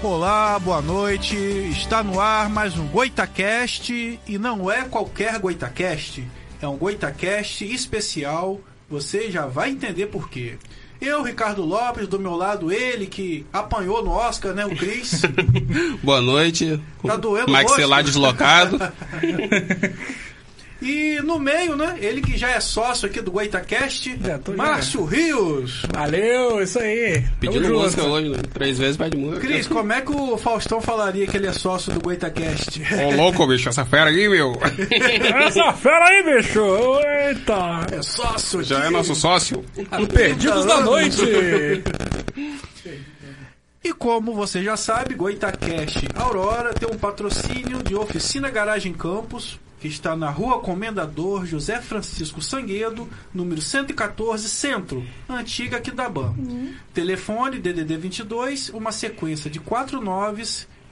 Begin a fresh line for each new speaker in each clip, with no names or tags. Olá, boa noite. Está no ar mais um Goitacast e não é qualquer Goitacast, é um Goitacast especial. Você já vai entender por quê. Eu, Ricardo Lopes, do meu lado, ele que apanhou no Oscar, né, o Cris?
Boa noite. é
Tá doendo o
Maxilar deslocado.
E no meio, né, ele que já é sócio aqui do Goitacast,
Já tô
Márcio Rios.
Valeu, isso aí.
Pedindo
Tamo junto.
música hoje, né? Três vezes vai de música.
Cris, como é que o Faustão falaria que ele é sócio do Goitacast?
Ô louco, bicho, essa fera aí, meu.
Essa fera aí, bicho. Eita.
É sócio.
Já é
de-
nosso sócio.
há 30
Perdidos da
anos.
noite.
E como você já sabe, Goitacast Aurora tem um patrocínio de Oficina Garagem Campos, que está na Rua Comendador José Francisco Sanguedo, número 114, Centro, antiga Kidaban. Telefone DDD 22, uma sequência de 49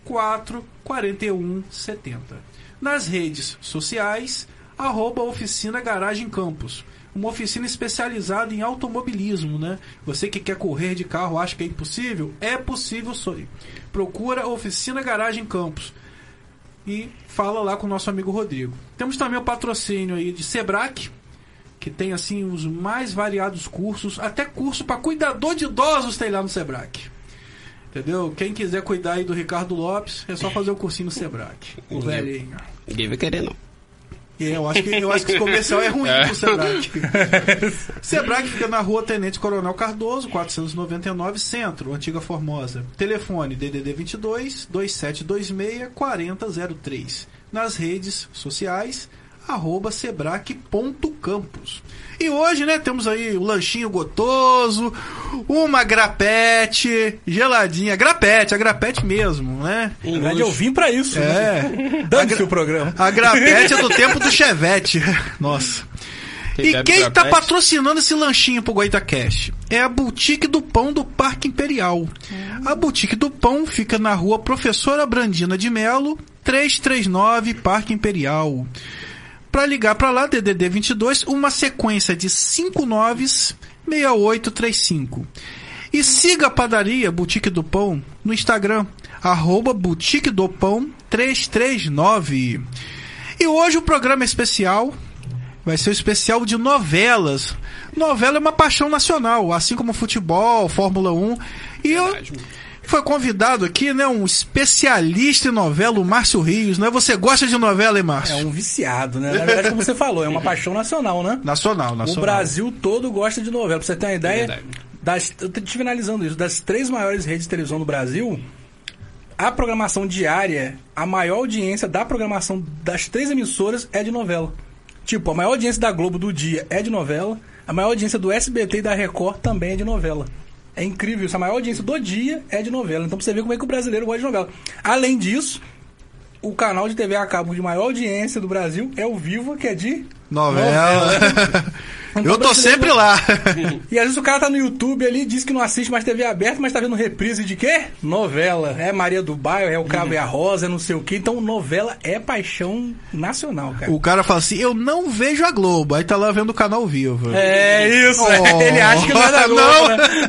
4 41 70. um Nas redes sociais, arroba Oficina Garagem Campos. Uma oficina especializada em automobilismo, né? Você que quer correr de carro acha que é impossível? É possível, Sori. Procura Oficina Garagem Campos e fala lá com o nosso amigo Rodrigo. Temos também o patrocínio aí de Sebrac, que tem assim os mais variados cursos, até curso para cuidador de idosos tem lá no Sebrac. Entendeu? Quem quiser cuidar aí do Ricardo Lopes, é só fazer o cursinho no Sebrac. O velhinho.
Ninguém vai querer, não.
E Eu acho que, eu acho que esse comercial é ruim pro Sebrac. Sebrac fica na rua Tenente Coronel Cardoso, 499 Centro, Antiga Formosa. Telefone DDD 22 2726 4003. Nas redes sociais, arroba sebrac.campus. E hoje, né, temos aí o lanchinho gotoso, uma grapete, geladinha. Grapete, a grapete mesmo, né?
Na verdade, eu vim pra isso. né? Dane-se o
né?
programa.
A grapete é do tempo do Chevette. Nossa.
Quem
e
bebe
quem tá
grapete?
patrocinando esse lanchinho pro Goita Cash? É a Boutique do Pão do Parque Imperial. A Boutique do Pão fica na rua Professora Brandina de Melo, 339 Parque Imperial. Pra ligar pra lá, DDD 22, uma sequência de 596835. E siga a padaria Boutique do Pão no Instagram, arroba Boutique do Pão 339. E hoje o programa é especial Vai ser o especial de novelas. Novela é uma paixão nacional, assim como futebol, Fórmula 1. E eu, foi convidado aqui, né, um especialista em novela, o Márcio Rios, né? Você gosta de novela, hein,
É
Márcio?
um viciado, né? Na verdade, como você falou, é uma paixão nacional, né?
Nacional,
O
nacional.
Brasil todo gosta de novela. Pra você ter uma ideia,
Verdade.
das, eu estive analisando isso. Das três maiores redes de televisão do Brasil, a programação diária, a maior audiência da programação das três emissoras é de novela. Tipo, a maior audiência da Globo do dia é de novela, a maior audiência do SBT e da Record também é de novela. É incrível isso. A maior audiência do dia é de novela. Então pra você ver como é que o brasileiro gosta de novela. Além disso, o canal de TV a cabo de maior audiência do Brasil é o Viva, que é de
Novela. eu tô
brasileiro-
sempre lá.
e às vezes o cara tá no YouTube ali, diz que não assiste mais TV aberta, mas tá vendo reprise de quê? Novela. É Maria do Bairro, é o Cabo e a Rosa, é não sei o quê. Então novela é paixão nacional, cara.
o cara fala assim: "Eu não vejo a Globo". Aí tá lá vendo o canal vivo.
É isso,
Oh.
ele acha que não é da Globo,
Não.
né?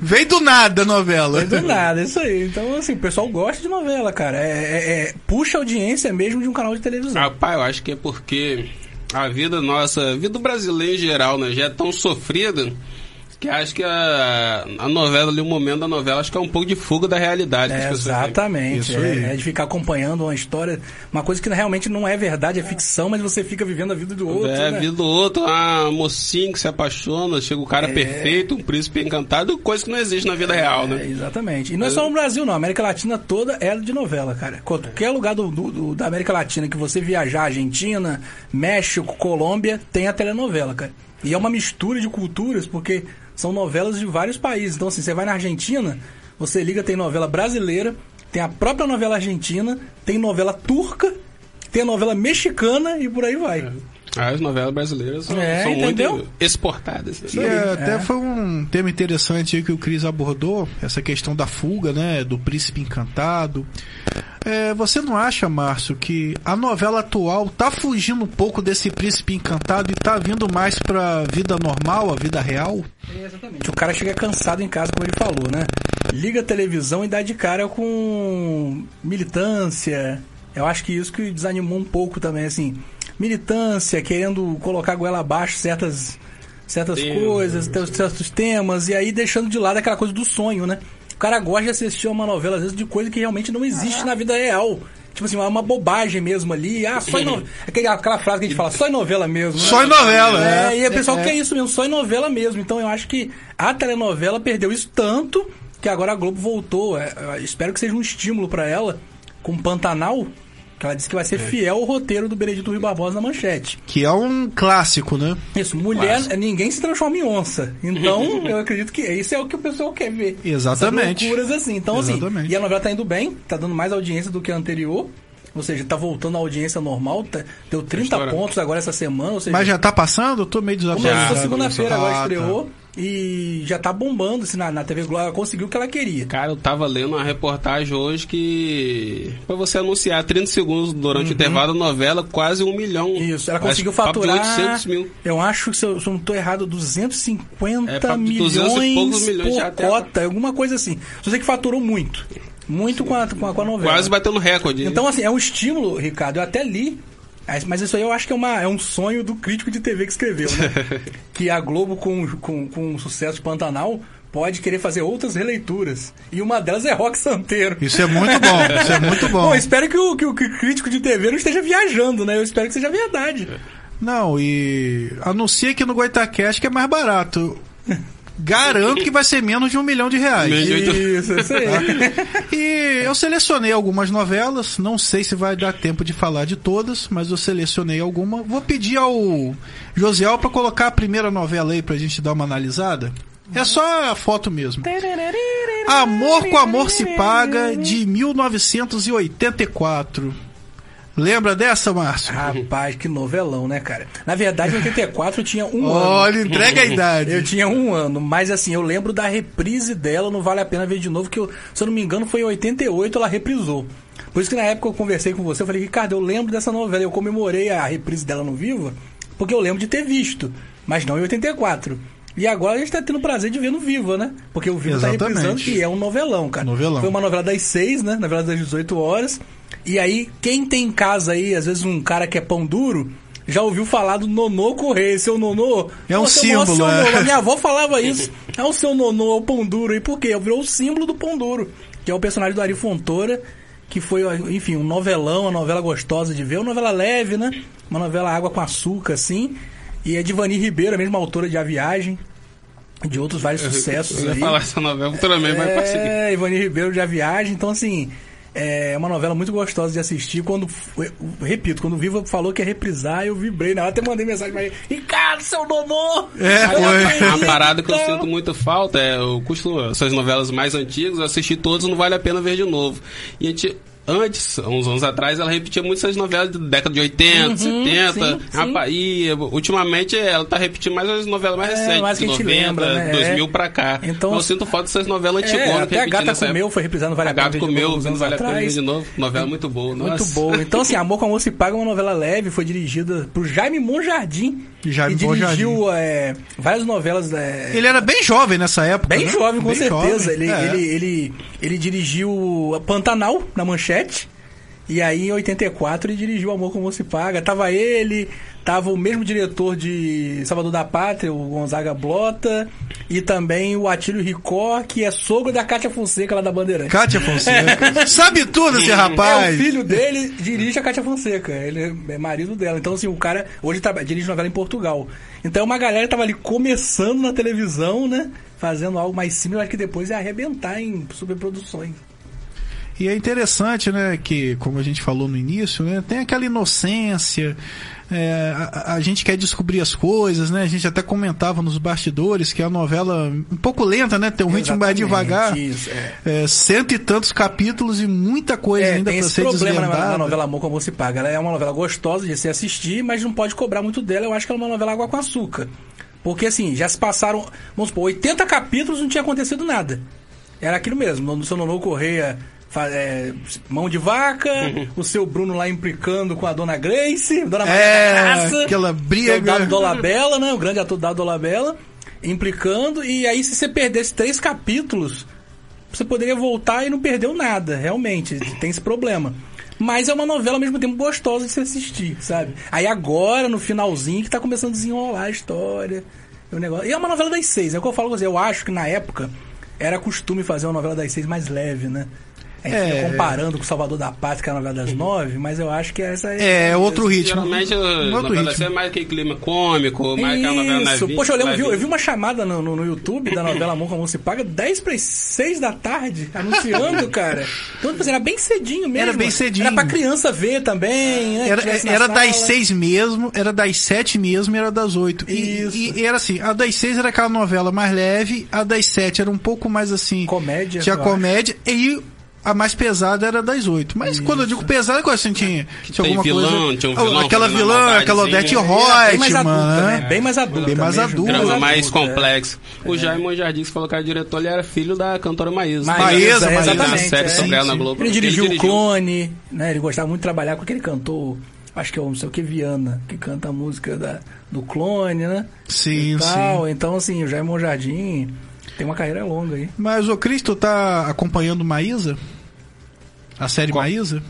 Vem do nada a novela.
Do nada, é isso aí. Então, assim, o pessoal gosta de novela, cara. É, é- é- puxa a audiência mesmo de um canal de televisão.
Rapaz, eu acho que é porque a vida nossa, a vida brasileira em geral, né? Já é tão sofrida que acho que a, a novela ali, o momento da novela, acho que é um pouco de fuga da realidade. que as
É,
pessoas têm.
exatamente.
Isso aí.
É, é de ficar acompanhando uma história, uma coisa que realmente não é verdade, é ficção, mas você fica vivendo a vida do outro.
é,
né?
vida do outro, ah, mocinho que se apaixona, chega o cara perfeito, um príncipe encantado, coisa que não existe na vida real,
É,
né?
exatamente. E não é só no Brasil, não. A América Latina toda é de novela, cara. Qualquer lugar do, do- do- da América Latina que você viajar, Argentina, México, Colômbia, tem a telenovela, cara. E é uma mistura de culturas, porque são novelas de vários países. Então, assim, você vai na Argentina, você liga, tem novela brasileira, tem a própria novela argentina, tem novela turca, tem a novela mexicana e por aí vai.
As novelas brasileiras são,
É,
são
entendeu?
muito exportadas.
Isso aí.
Né?
É,
até foi um tema interessante aí que o Cris abordou, essa questão da fuga, né? Do príncipe encantado. É, você não acha, Márcio, que a novela atual tá fugindo um pouco desse príncipe encantado e tá vindo mais pra vida normal, a vida real?
Exatamente. O cara chega cansado em casa, como ele falou, né? Liga a televisão e dá de cara com militância. Eu acho que isso que desanimou um pouco também, assim. Militância, querendo colocar goela abaixo certas, certas
Temas.
coisas, ter- certos temas, e aí deixando de lado aquela coisa do sonho, né? O cara gosta de assistir uma novela, às vezes, de coisa que realmente não existe na vida real. Tipo assim, uma bobagem mesmo ali. Ah, só em novela. Aquela frase que a gente fala, só em novela mesmo. né?
Só em novela, né?
É, e o pessoal
É.
quer isso mesmo, só em novela mesmo. Então eu acho que a telenovela perdeu isso tanto que agora a Globo voltou. É, eu espero que seja um estímulo pra ela com Pantanal, que ela disse que vai
É.
ser fiel ao roteiro do Benedito Rui Barbosa na manchete.
Que é um clássico, né?
Isso, mulher, ninguém se transforma em onça. Então, eu acredito que isso é o que o pessoal quer ver.
Exatamente.
Essas loucuras assim. Então, assim,
Exatamente.
e a novela tá indo bem, tá dando mais audiência do que a anterior. Ou seja, tá voltando à audiência normal, tá- deu 30
Estourando.
pontos agora essa semana. Ou seja,
Mas já tá passando? Eu tô meio
Começou
desatualizado.
segunda-feira, agora
Ah, tá.
estreou. E já tá bombando assim, na, na TV Globo. Ela conseguiu o que ela queria.
Cara, eu tava lendo uma reportagem hoje que. Pra você anunciar 30 segundos durante o intervalo da novela, quase um milhão.
Uhum. Isso, ela
Acho
conseguiu
que papo de
faturar.
800 mil.
Eu acho que, se eu, se eu não tô errado, 250
É, papo de 200 e
milhões,
poucos milhões
por
já até
cota, alguma coisa assim. Só sei que faturou muito. Muito com a, com, a, com a novela.
Quase batendo recorde.
Então, assim, é um estímulo, Ricardo. Eu até li. mas- Mas isso aí eu acho que é, uma, é um sonho do crítico de TV que escreveu, né? que a Globo, com, com, com o sucesso de Pantanal, pode querer fazer outras releituras. E uma delas é Rock Santeiro.
Isso é muito bom, isso é muito bom.
Bom, espero que o, que o crítico de TV não esteja viajando, né? Eu espero que seja verdade.
É. Não, e anuncia aqui no Goitacast que é mais barato. Garanto que vai ser menos de um milhão de reais.
Menos.
Isso, isso aí.
E eu selecionei algumas novelas, não sei se vai dar tempo de falar de todas, mas eu selecionei alguma. Vou pedir ao Josiel para colocar a primeira novela aí pra gente dar uma analisada. É só a foto mesmo. Amor com Amor se Paga, de 1984. Lembra dessa, Márcio?
Rapaz, que novelão, né, cara? Na verdade, em 84 eu tinha um ano.
Olha, entrega a idade.
Eu tinha um ano, mas assim, eu lembro da reprise dela, não vale a pena ver de novo, que eu, se eu não me engano, foi em 88 ela reprisou. Por isso que na época eu conversei com você, eu falei, Ricardo, eu lembro dessa novela, eu comemorei a reprise dela no Viva, porque eu lembro de ter visto, mas não em 84. E agora a gente tá tendo o prazer de ver no Viva, né? Porque o Viva tá
Exatamente.
reprisando e é um novelão, cara.
Novelão.
Foi uma novela das seis, né? Novela das 18 horas. E aí, quem tem em casa aí, às vezes um cara que é pão duro, já ouviu falar do Nonô Correia. Seu Nonô
É um
você é o maior
símbolo,
seu
é.
nonô. A Minha avó falava isso. É o seu nonô, é o pão duro. E por quê? Virou o símbolo do pão duro. Que é o personagem do Ari Fontoura, que foi, enfim, um novelão, uma novela gostosa de ver. Uma novela leve, né? Uma novela água com açúcar, assim. E é de Vani Ribeiro, a mesma autora de A Viagem. De outros vários sucessos
Eu ia
é aí.
falar essa novela futuramente vai participar.
É, Ivani Ribeiro de A Viagem. Então, assim, é uma novela muito gostosa de assistir. Quando, eu repito, quando o Viva falou que ia reprisar, eu vibrei. Na hora até mandei mensagem pra ele. Ricardo, seu nonô!
É,
Eu
foi.
aprendi,
Uma parada que eu
então."
sinto muito falta é eu costumo essas novelas mais antigas, eu assisti todas, não vale a pena ver de novo. E a gente, antes, há uns anos atrás, ela repetia muito essas novelas da década de 80, 70,
Uhum, sim,
a
sim.
Bahia. Ultimamente ela tá repetindo mais as novelas mais
É,
recentes,
mais que a gente
90,
lembra, né?
2000
É.
pra cá.
Então,
eu sinto falta dessas novelas
É,
antigonas que
até a
repetiam
Gata
nessa
Comeu
época.
foi reprisada no Vale
A
a Pena.
Gata
de novo,
Comeu,
uns
não
anos
vale a pena ver
atrás.
de novo. Novela muito boa.
Muito
nossa.
boa. Então, assim, Amor com Amor se Paga é uma novela leve, foi dirigida por Jaime Monjardim.
Jaime
e dirigiu é, várias novelas. é,
Ele era bem jovem nessa época.
Bem
né?
jovem, com
Bem
certeza.
jovem,
Ele,
é.
ele, ele, ele dirigiu a Pantanal na manchete. E aí, em 84, ele dirigiu Amor Como Se Paga. Tava ele, tava o mesmo diretor de Salvador da Pátria, o Gonzaga Blota, e também o Atílio Ricó, que é sogro da Cátia Fonseca, lá da Bandeirante.
Cátia Fonseca. Sabe tudo esse
É, o
rapaz.
filho dele dirige a Cátia Fonseca. Ele é marido dela. Então, assim, o cara hoje traba- dirige novela em Portugal. Então, uma galera que tava ali começando na televisão, né? Fazendo algo mais simples, acho que depois ia arrebentar em é superproduções.
E é interessante, né, que, como a gente falou no início, né, tem aquela inocência, é, a, a gente quer descobrir as coisas, né, a gente até comentava nos bastidores que a novela um pouco lenta, né, tem um ritmo mais
Exatamente,
devagar,
isso, é.
é, cento e tantos capítulos e muita coisa
É,
ainda
tem
para
esse
ser
problema na,
desvendada.
na novela Amor Como Se Paga. Ela é uma novela gostosa de se assistir, mas não pode cobrar muito dela. Eu acho que ela é uma novela água com açúcar. Porque, assim, já se passaram, vamos supor, 80 capítulos não tinha acontecido nada. Era aquilo mesmo. No seu Nono Correia, fa- é, mão de vaca, o seu Bruno lá implicando com a Dona Grace, Dona Maria
É,
da Graça,
aquela briga.
seu Dado Dolabella, né? O grande ator Dado Dolabella, implicando. E aí, se você perdesse três capítulos, você poderia voltar e não perdeu nada, realmente. Tem esse problema. Mas é uma novela ao mesmo tempo gostosa de se assistir, sabe? Aí agora, no finalzinho, que tá começando a desenrolar a história. O negócio. E é uma novela das seis, é o que eu falo com você. Eu acho que na época era costume fazer uma novela das seis mais leve, né? A gente
É.
fica comparando com Salvador da Pátria, que é a novela das nove, mas eu acho que essa
É, outro ritmo.
Geralmente a
outro
novela
ritmo.
assim, é mais aquele clima cômico, mais aquela novela na
Isso,
vida,
poxa, eu lembro,
vai
vi- eu
vir.
vi uma chamada no, no, no YouTube da novela Amor Como Se Paga, 10 para 6 da tarde, anunciando, cara. Então, tipo assim, era bem cedinho mesmo.
Era bem cedinho.
Era pra criança ver também, né?
Era,
Tivesse na
era
sala.
das seis mesmo, era das sete mesmo e era das oito. E,
Isso.
e- e era assim, a das seis era aquela novela mais leve, a das sete era um pouco mais assim...
Comédia,
Tinha
eu
comédia e a mais pesada era das oito. Mas quando eu digo pesada, é coisa assim, tinha, tinha
tem
alguma
vilão,
coisa...
tinha um vilão
aquela
fazendo
vilã,
maldadezinha.
aquela Odete
Era Bem mais
Reutemann,
adulta,
né?
né? Bem mais adulta.
Bem mais
mesmo,
adulta.
Drama
Mas
mais
adulta, é.
complexo. O Jaime Jardim falou que a diretora ele era filho da cantora Maísa.
Maísa,
Maísa, Maísa.
Tem uma
exatamente.
série
é.
sobre ela na
Sim,
Globo.
Ele dirigiu o
dirigiu.
Clone, né? Ele gostava muito de trabalhar com aquele cantor, acho que é o não sei o que, Viana, que canta a música da, do Clone, né?
Sim,
e tal.
sim.
Então, assim, o Jaime Jardim tem uma carreira longa aí.
Mas o Cristo tá acompanhando Maísa? A série Maísa?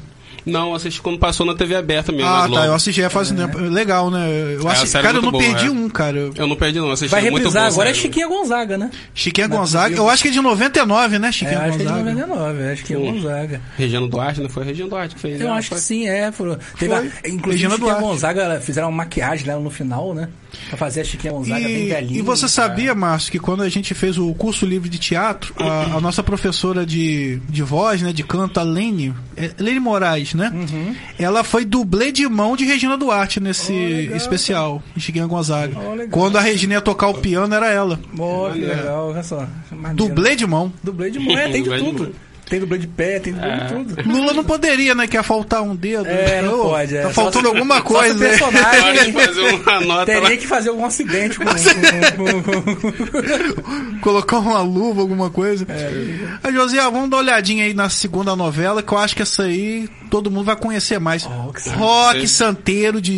Não, assisti quando passou na TV aberta mesmo. na
Ah,
Globo.
tá. Eu assisti já faz
É.
um tempo. Legal, né? Eu
É, a
assisti,
série é
cara, eu não
muito boa,
perdi
é.
um, cara. Eu-
Eu não perdi, não. Assisti
Vai
muito
reprisar
bom,
agora é
sério.
Chiquinha Gonzaga, né?
Chiquinha
Não,
Gonzaga.
viu?
Eu acho que é de 99, né,
É,
Chiquinha
acho que é de
Gonzaga?
99, acho que é Gonzaga.
Regiano Duarte, não foi? Regiano Duarte que fez.
Eu
né?
acho
Foi.
que sim, é. Foram,
Foi.
teve a,
Regina
inclusive, Chiquinha
Duarte.
Gonzaga ela- fizeram uma maquiagem dela no final, né? Pra fazer a Chiquinha Gonzaga é bem
E,
velhinha. né,
e você sabia, Márcio, que quando a gente fez o curso livre de teatro, a, a nossa professora de, de voz, né, de canto, a Lene, é, Lene Moraes, né?
Uhum.
Ela foi dublê de mão de Regina Duarte nesse especial, em Chiquinha Gonzaga.
Oh, legal.
quando a Regina ia tocar o piano, era ela.
Mó, que legal, olha só. Maneiro.
Dublê de mão.
Dublê de mulher, tem de
Dublê de
tudo.
mulher.
Tem dublê de pé, tem dublê de tudo.
Lula não poderia, né? Que ia faltar um dedo.
Uhum. É, não
Ô,
pode, é.
Tá
Só
faltando
se-
alguma
só se o
coisa. né?
Pode
personagem
fazer uma nota
teria
lá.
que fazer algum acidente com, com- com- com-
Colocar uma luva, alguma coisa.
É.
Ah, José, ah, vamos dar uma olhadinha aí na segunda novela, que eu acho que essa aí todo mundo vai conhecer mais.
Rock Santeiro.
Rock Santeiro, de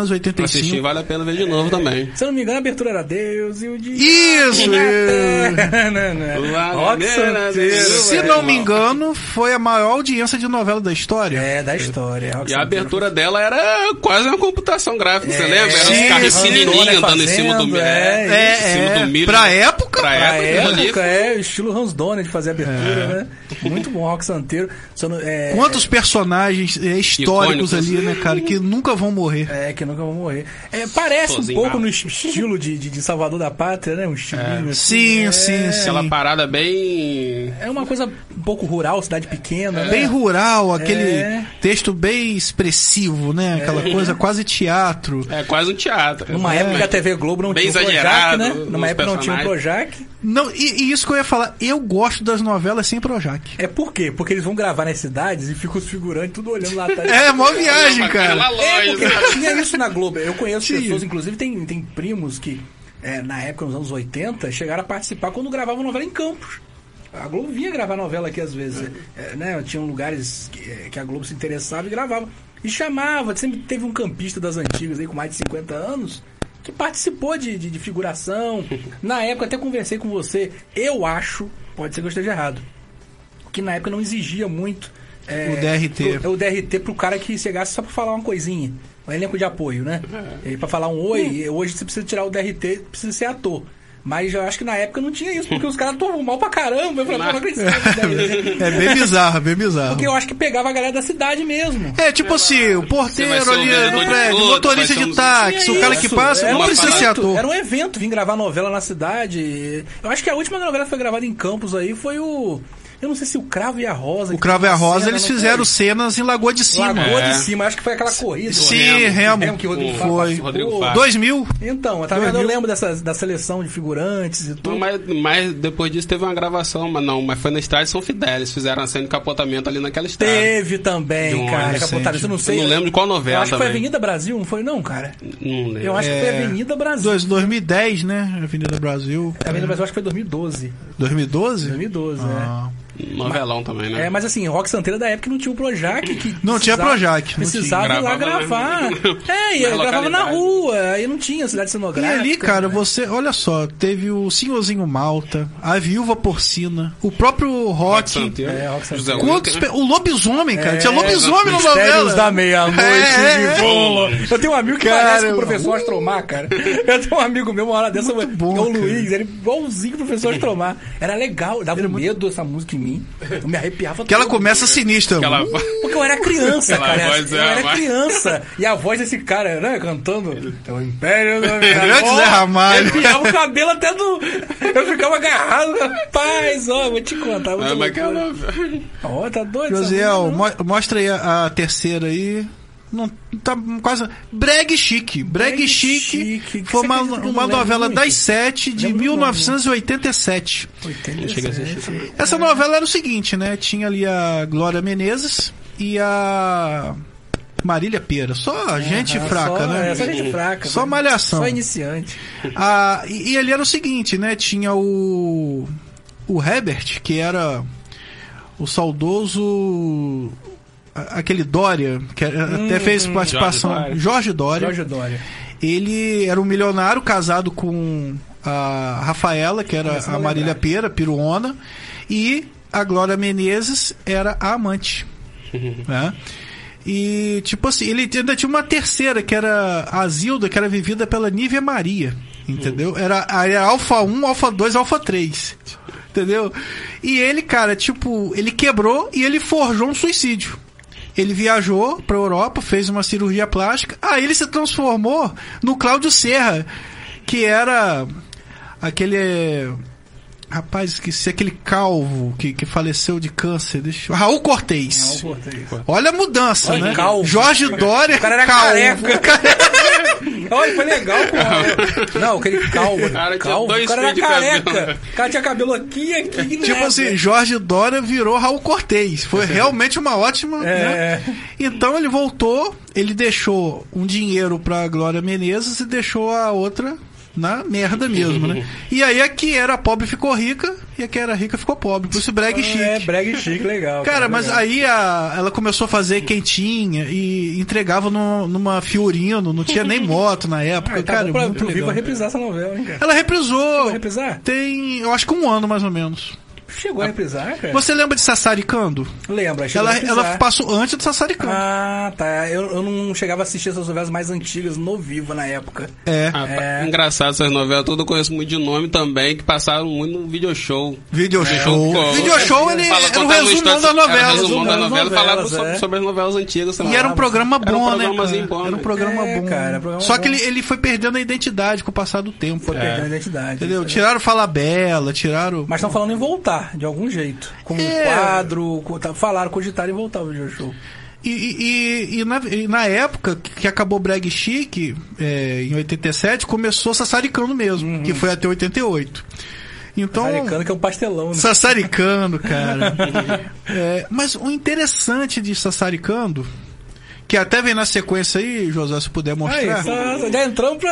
Assistir
1985.
vale a pena ver de novo também.
Se eu não me engano, a abertura era Deus e o dia.
Isso!
não, não.
Lá na
Rock
beira da
Santeiro,
rua.
Se
É,
não me
irmão.
engano, foi a maior audiência de novela da história.
É, É. da história. Rock
E a
Santeiro.
abertura dela era quase uma computação gráfica, você lembra? Era
sim,
uns carros
sim.
pequenininhos
Randona
andando em cima do
fazendo,
milho.
é,
É,
em cima
é.
do milho. né?
Pra época?
Pra época,
Pra
aquilo ali
época, é, estilo Hans Donner de fazer abertura, né? Muito bom, rock santeiro. Só não- é,
É. Quantos personagens é, históricos
Icônicos.
ali, né, cara, que nunca vão morrer.
É, que nunca vou morrer. É, parece
Sozinho,
um pouco
mal.
no estilo de, de, de Salvador da Pátria, né? Um estilinho assim.
Sim,
é,
sim, sim.
Aquela parada bem.
É uma coisa um pouco rural, cidade pequena, né?
É. Bem rural, aquele
É.
texto bem expressivo, né? Aquela coisa quase teatro.
É quase um teatro.
É.
Numa época que a TV Globo não
Bem
tinha o Projac,
exagerado,
né?
os
Numa época não tinha o Projac.
Não, e, e isso que eu ia falar, eu gosto das novelas sem Projac.
É por quê? Porque eles vão gravar nas cidades e ficam os figurantes tudo olhando lá atrás.
É, mó viagem,
Aquela
cara.
É,
loja.
porque tinha isso na Globo. Eu conheço
Tinha.
pessoas, inclusive tem, tem primos que, é, na época, nos anos 80, chegaram a participar quando gravavam novela em Campos. A Globo vinha gravar novela aqui às vezes, é, né? Tinham lugares que, é, que a Globo se interessava e gravava. E chamava, sempre teve um campista das antigas aí com mais de 50 anos que participou de, de, de figuração. Na época até conversei com você. Eu acho, pode ser que eu esteja errado, que na época não exigia muito é,
O DRT.
Pro, o DRT pro cara que chegasse só pra falar uma coisinha. Um elenco de apoio, né?
É.
E pra falar um oi,
Hum.
hoje você precisa tirar o DRT, precisa ser ator. Mas eu acho que na época não tinha isso, porque os caras atuavam mal pra caramba. Eu falei, pô, não acredito. nisso, DRT.
É bem bizarro, bem bizarro.
Porque eu acho que pegava a galera da cidade mesmo.
É, tipo assim, o
vai ser
porteiro
o
ali
vendedor
no
de
prédio, o
fruta,
motorista
vai ser
de
um-
táxi,
Tinha
o cara
isso,
É que passa,
era
não
um
precisa ser
evento,
ator.
Era um evento, vim gravar novela na cidade. Eu acho que a última novela que foi gravada em Campos aí foi o Eu não sei se o Cravo e a Rosa.
O
que
Cravo e
tem
a
uma
Rosa,
cena,
eles
não
fizeram
foi?
cenas em Lagoa de Cima.
Lagoa
É.
de cima, acho que foi aquela corrida.
Sim, Remo.
Remo que o Rodrigo Fábio
Foi.
participou.
Rodrigo Fábio.
2000?
Então, tá vendo? Eu
2000.
lembro dessa, da seleção de figurantes e
Não,
tudo.
mas, mas depois disso teve uma gravação, mas não, mas foi na estrada de São Fidelis, fizeram a cena de capotamento ali naquela estrada.
Teve também,
De um
cara.
recente.
Capotado, eu não sei.
Eu não lembro de qual novela
Eu acho que foi
também. É.
Avenida Brasil, não foi, não, cara?
Não lembro.
Eu acho que foi Avenida Brasil.
Dois- 2010, né? Avenida Brasil.
Avenida Brasil, acho que foi 2012.
2012?
2012, né?
Ah.
Novelão também, né?
É, mas assim, Rock Santeira da época não tinha o Projac. Que
Não tinha
precisava-
Projac, não
Precisava
tinha.
ir lá
Gravava
gravar.
na-
É, e
na
eu gravava na
localidade.
rua, aí não tinha cidade
E
cenográfica.
ali, cara,
né?
você, olha só, teve o Senhorzinho Malta, a Viúva Porcina, o próprio
Rock
Rock.
Santeiro.
É, Rock Santeiro.
Quantos, pe- o lobisomem, cara. Tinha lobisomem na
É, Mistérios
novela.
da meia-noite
É, é,
de
é.
bola. Eu tenho um amigo que
Cara,
parece com o
eu-
professor Astromar, cara. Eu tenho um amigo meu, uma hora dessa,
Muito bom,
é o
cara.
Luiz, ele igualzinho o professor Astromar. Era legal, dava um medo essa música em mim. Eu me arrepiava
Que ela
todo.
começa sinistra.
Aquela...
Porque eu era criança,
Aquela
cara.
voz
eu
é
era
mais-
criança. E a voz desse cara, né, cantando. É o Império da Minha
Grande
Avó".
Zé Ramalho.
Eu pegava o cabelo até do. Eu ficava agarrado. Rapaz, ó, vou te contar.
Ah,
muito
mas aquela
loucura.
novela.
Ó, tá doido. essa
Josiel,
música, não?
mo- mostra aí a, a terceira aí. Não, tá quase. Breg Chique. Breg
Breg
Chique
Chique, que
foi
você
uma,
acredita que eu
uma
não lembro
novela
muito?
das sete de
Lembro do nome.
1987.
Chega a ser
87.
chique.
Essa novela era o seguinte, né? Tinha ali a Glória Menezes e a Marília Pera. Só gente
Ah,
fraca,
só-
né?
É, só gente fraca.
Só
velho.
malhação.
Só iniciante.
Ah, e, e ali era o seguinte, né? Tinha o. O Herbert, que era o saudoso. a- Aquele Dória, que era- até fez participação. Jorge
Jorge Dória.
Dória.
Hum, Jorge Dória.
Ele era um milionário casado com a Rafaela, que era
Começando
a
a
Marília
lembrar.
Pera, peruona. E a Glória Menezes era a amante. né? E, tipo assim, ele ainda tinha uma terceira, que era a Zilda, que era vivida pela Nívia Maria. Entendeu? Era, é era Alfa 1, Alfa 2, Alfa 3. Entendeu? E ele, cara, tipo, ele quebrou e ele forjou um suicídio. Ele viajou pra Europa, fez uma cirurgia plástica, aí ele se transformou no Cláudio Serra, que era aquele. Rapaz, esqueci, aquele calvo que, que faleceu de câncer. Deixa eu... Raul
Não,
Cortez.
cortei.
Olha a mudança,
Olha,
né?
calvo.
Jorge Dória.
O cara era
calvo.
Olha, foi legal, pô. Não, aquele calvo.
Cara, tinha
calvo.
dois
o cara
fios
era
de
careca.
cabelo.
O cara tinha cabelo aqui e aqui.
Tipo
né?
assim, Jorge Dória virou Raul Cortez. Foi realmente uma ótima.
É.
né? Então ele voltou, ele deixou um dinheiro pra Glória Menezes e deixou a outra na merda mesmo, né? E aí a que era pobre ficou rica e a que era rica ficou pobre. Por isso brega e chique.
É, brega e chique, legal.
Cara, mas
legal.
aí a- ela começou a fazer quentinha e entregava no- numa Fiorino, não tinha nem moto na época.
Ah, tá
cara, é
bom pra,
muito
pro
legal.
Viva reprisar essa novela, hein, cara?
Ela reprisou.
Vai reprisar?
Tem, eu acho que um ano mais ou menos.
Chegou a reprisar, cara?
Você lembra de Sassaricando?
Lembra, chegou a
Ela,
reprisar.
ela passou antes do Sassaricando.
Ah, tá. Eu, eu não chegava a assistir essas novelas mais antigas no Viva na época.
É.
Ah, pá,
É.
Engraçado essas novelas, todas eu conheço muito de nome também, que passaram muito no video show.
Video show.
Show.
Video show, ele
É,
era
Fala-
o
contava uma
resumão
história-
da
era o
novela.
resumão da
das
novela,
novelas,
falava so-
é.
sobre, as novelas antigas. sei
E
lá.
era um programa
Era um
bom, né? cara?
programazinho bom,
Era um
né?
programa
É,
bom.
cara, programa
Só que
bom.
ele, ele foi perdendo a identidade com o passar do tempo. É.
É.
Perdendo a identidade.
Entendeu?
Isso aí.
Tiraram Fala Bela, tiraram.
Mas estão falando em voltar, de algum jeito.
É.
Com um quadro, com- tá- falaram, cogitaram em voltar o video show.
E, e- e- e na, e na época que acabou Breg Chic, é, em 87, começou Sassaricando mesmo,
Uhum.
que foi até 88. Então.
Americano que é um pastelão, né?
Sassaricando, cara. É, mas o interessante de Sassaricando, que até vem na sequência aí, José, se puder
Aí,
mostrar.
só- só- já entramos pra.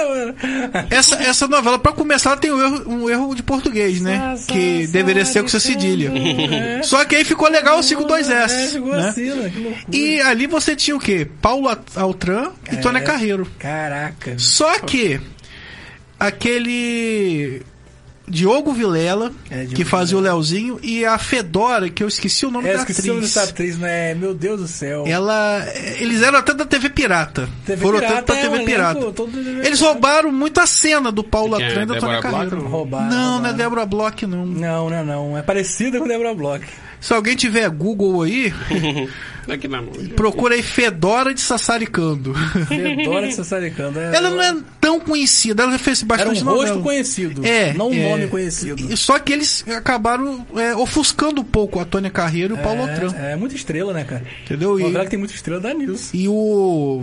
Essa, essa novela, pra começar, ela tem um erro, um erro de português, né? que deveria ser com essa cedilha. Só que aí ficou legal o 52S.
né? chegou
né?
assim, né? Que loucura.
E ali você tinha o quê? Paulo At- Altran e
É.
Tônia Carreiro.
Caraca.
Só que aquele Diogo Vilela,
É, Diogo
que fazia o Leozinho, e a Fedora, que eu esqueci o nome
É,
da
esqueci o nome
atriz.
dessa atriz, né? Meu Deus do céu.
tá Ela, eles eram até da TV Pirata.
TV
Foram
Pirata,
até pra
é, um
TV
elenco
Pirata.
todo-
Eles roubaram muito a cena do Paulo
Quem é?
Atran e da Tônia
Débora
Carreiro.
Bloch?
Roubaram,
não, não é
roubaram.
Débora Bloch, não.
É Não, não, não. É parecida com Débora Bloch.
Se alguém tiver Google aí,
tá aqui na mão.
Procura aí Fedora de Sassaricando.
Fedora de Sassaricando. É,
Ela não é tão conhecida, ela fez
Era um
bastante
rosto
novela.
conhecido,
É,
não um
é.
nome conhecido.
E Só que eles acabaram é, ofuscando um pouco a Tônia Carreiro e o Paulo Otran.
é, é muita estrela, né, cara?
Entendeu? E-
Novela que tem muita estrela da News.
E o.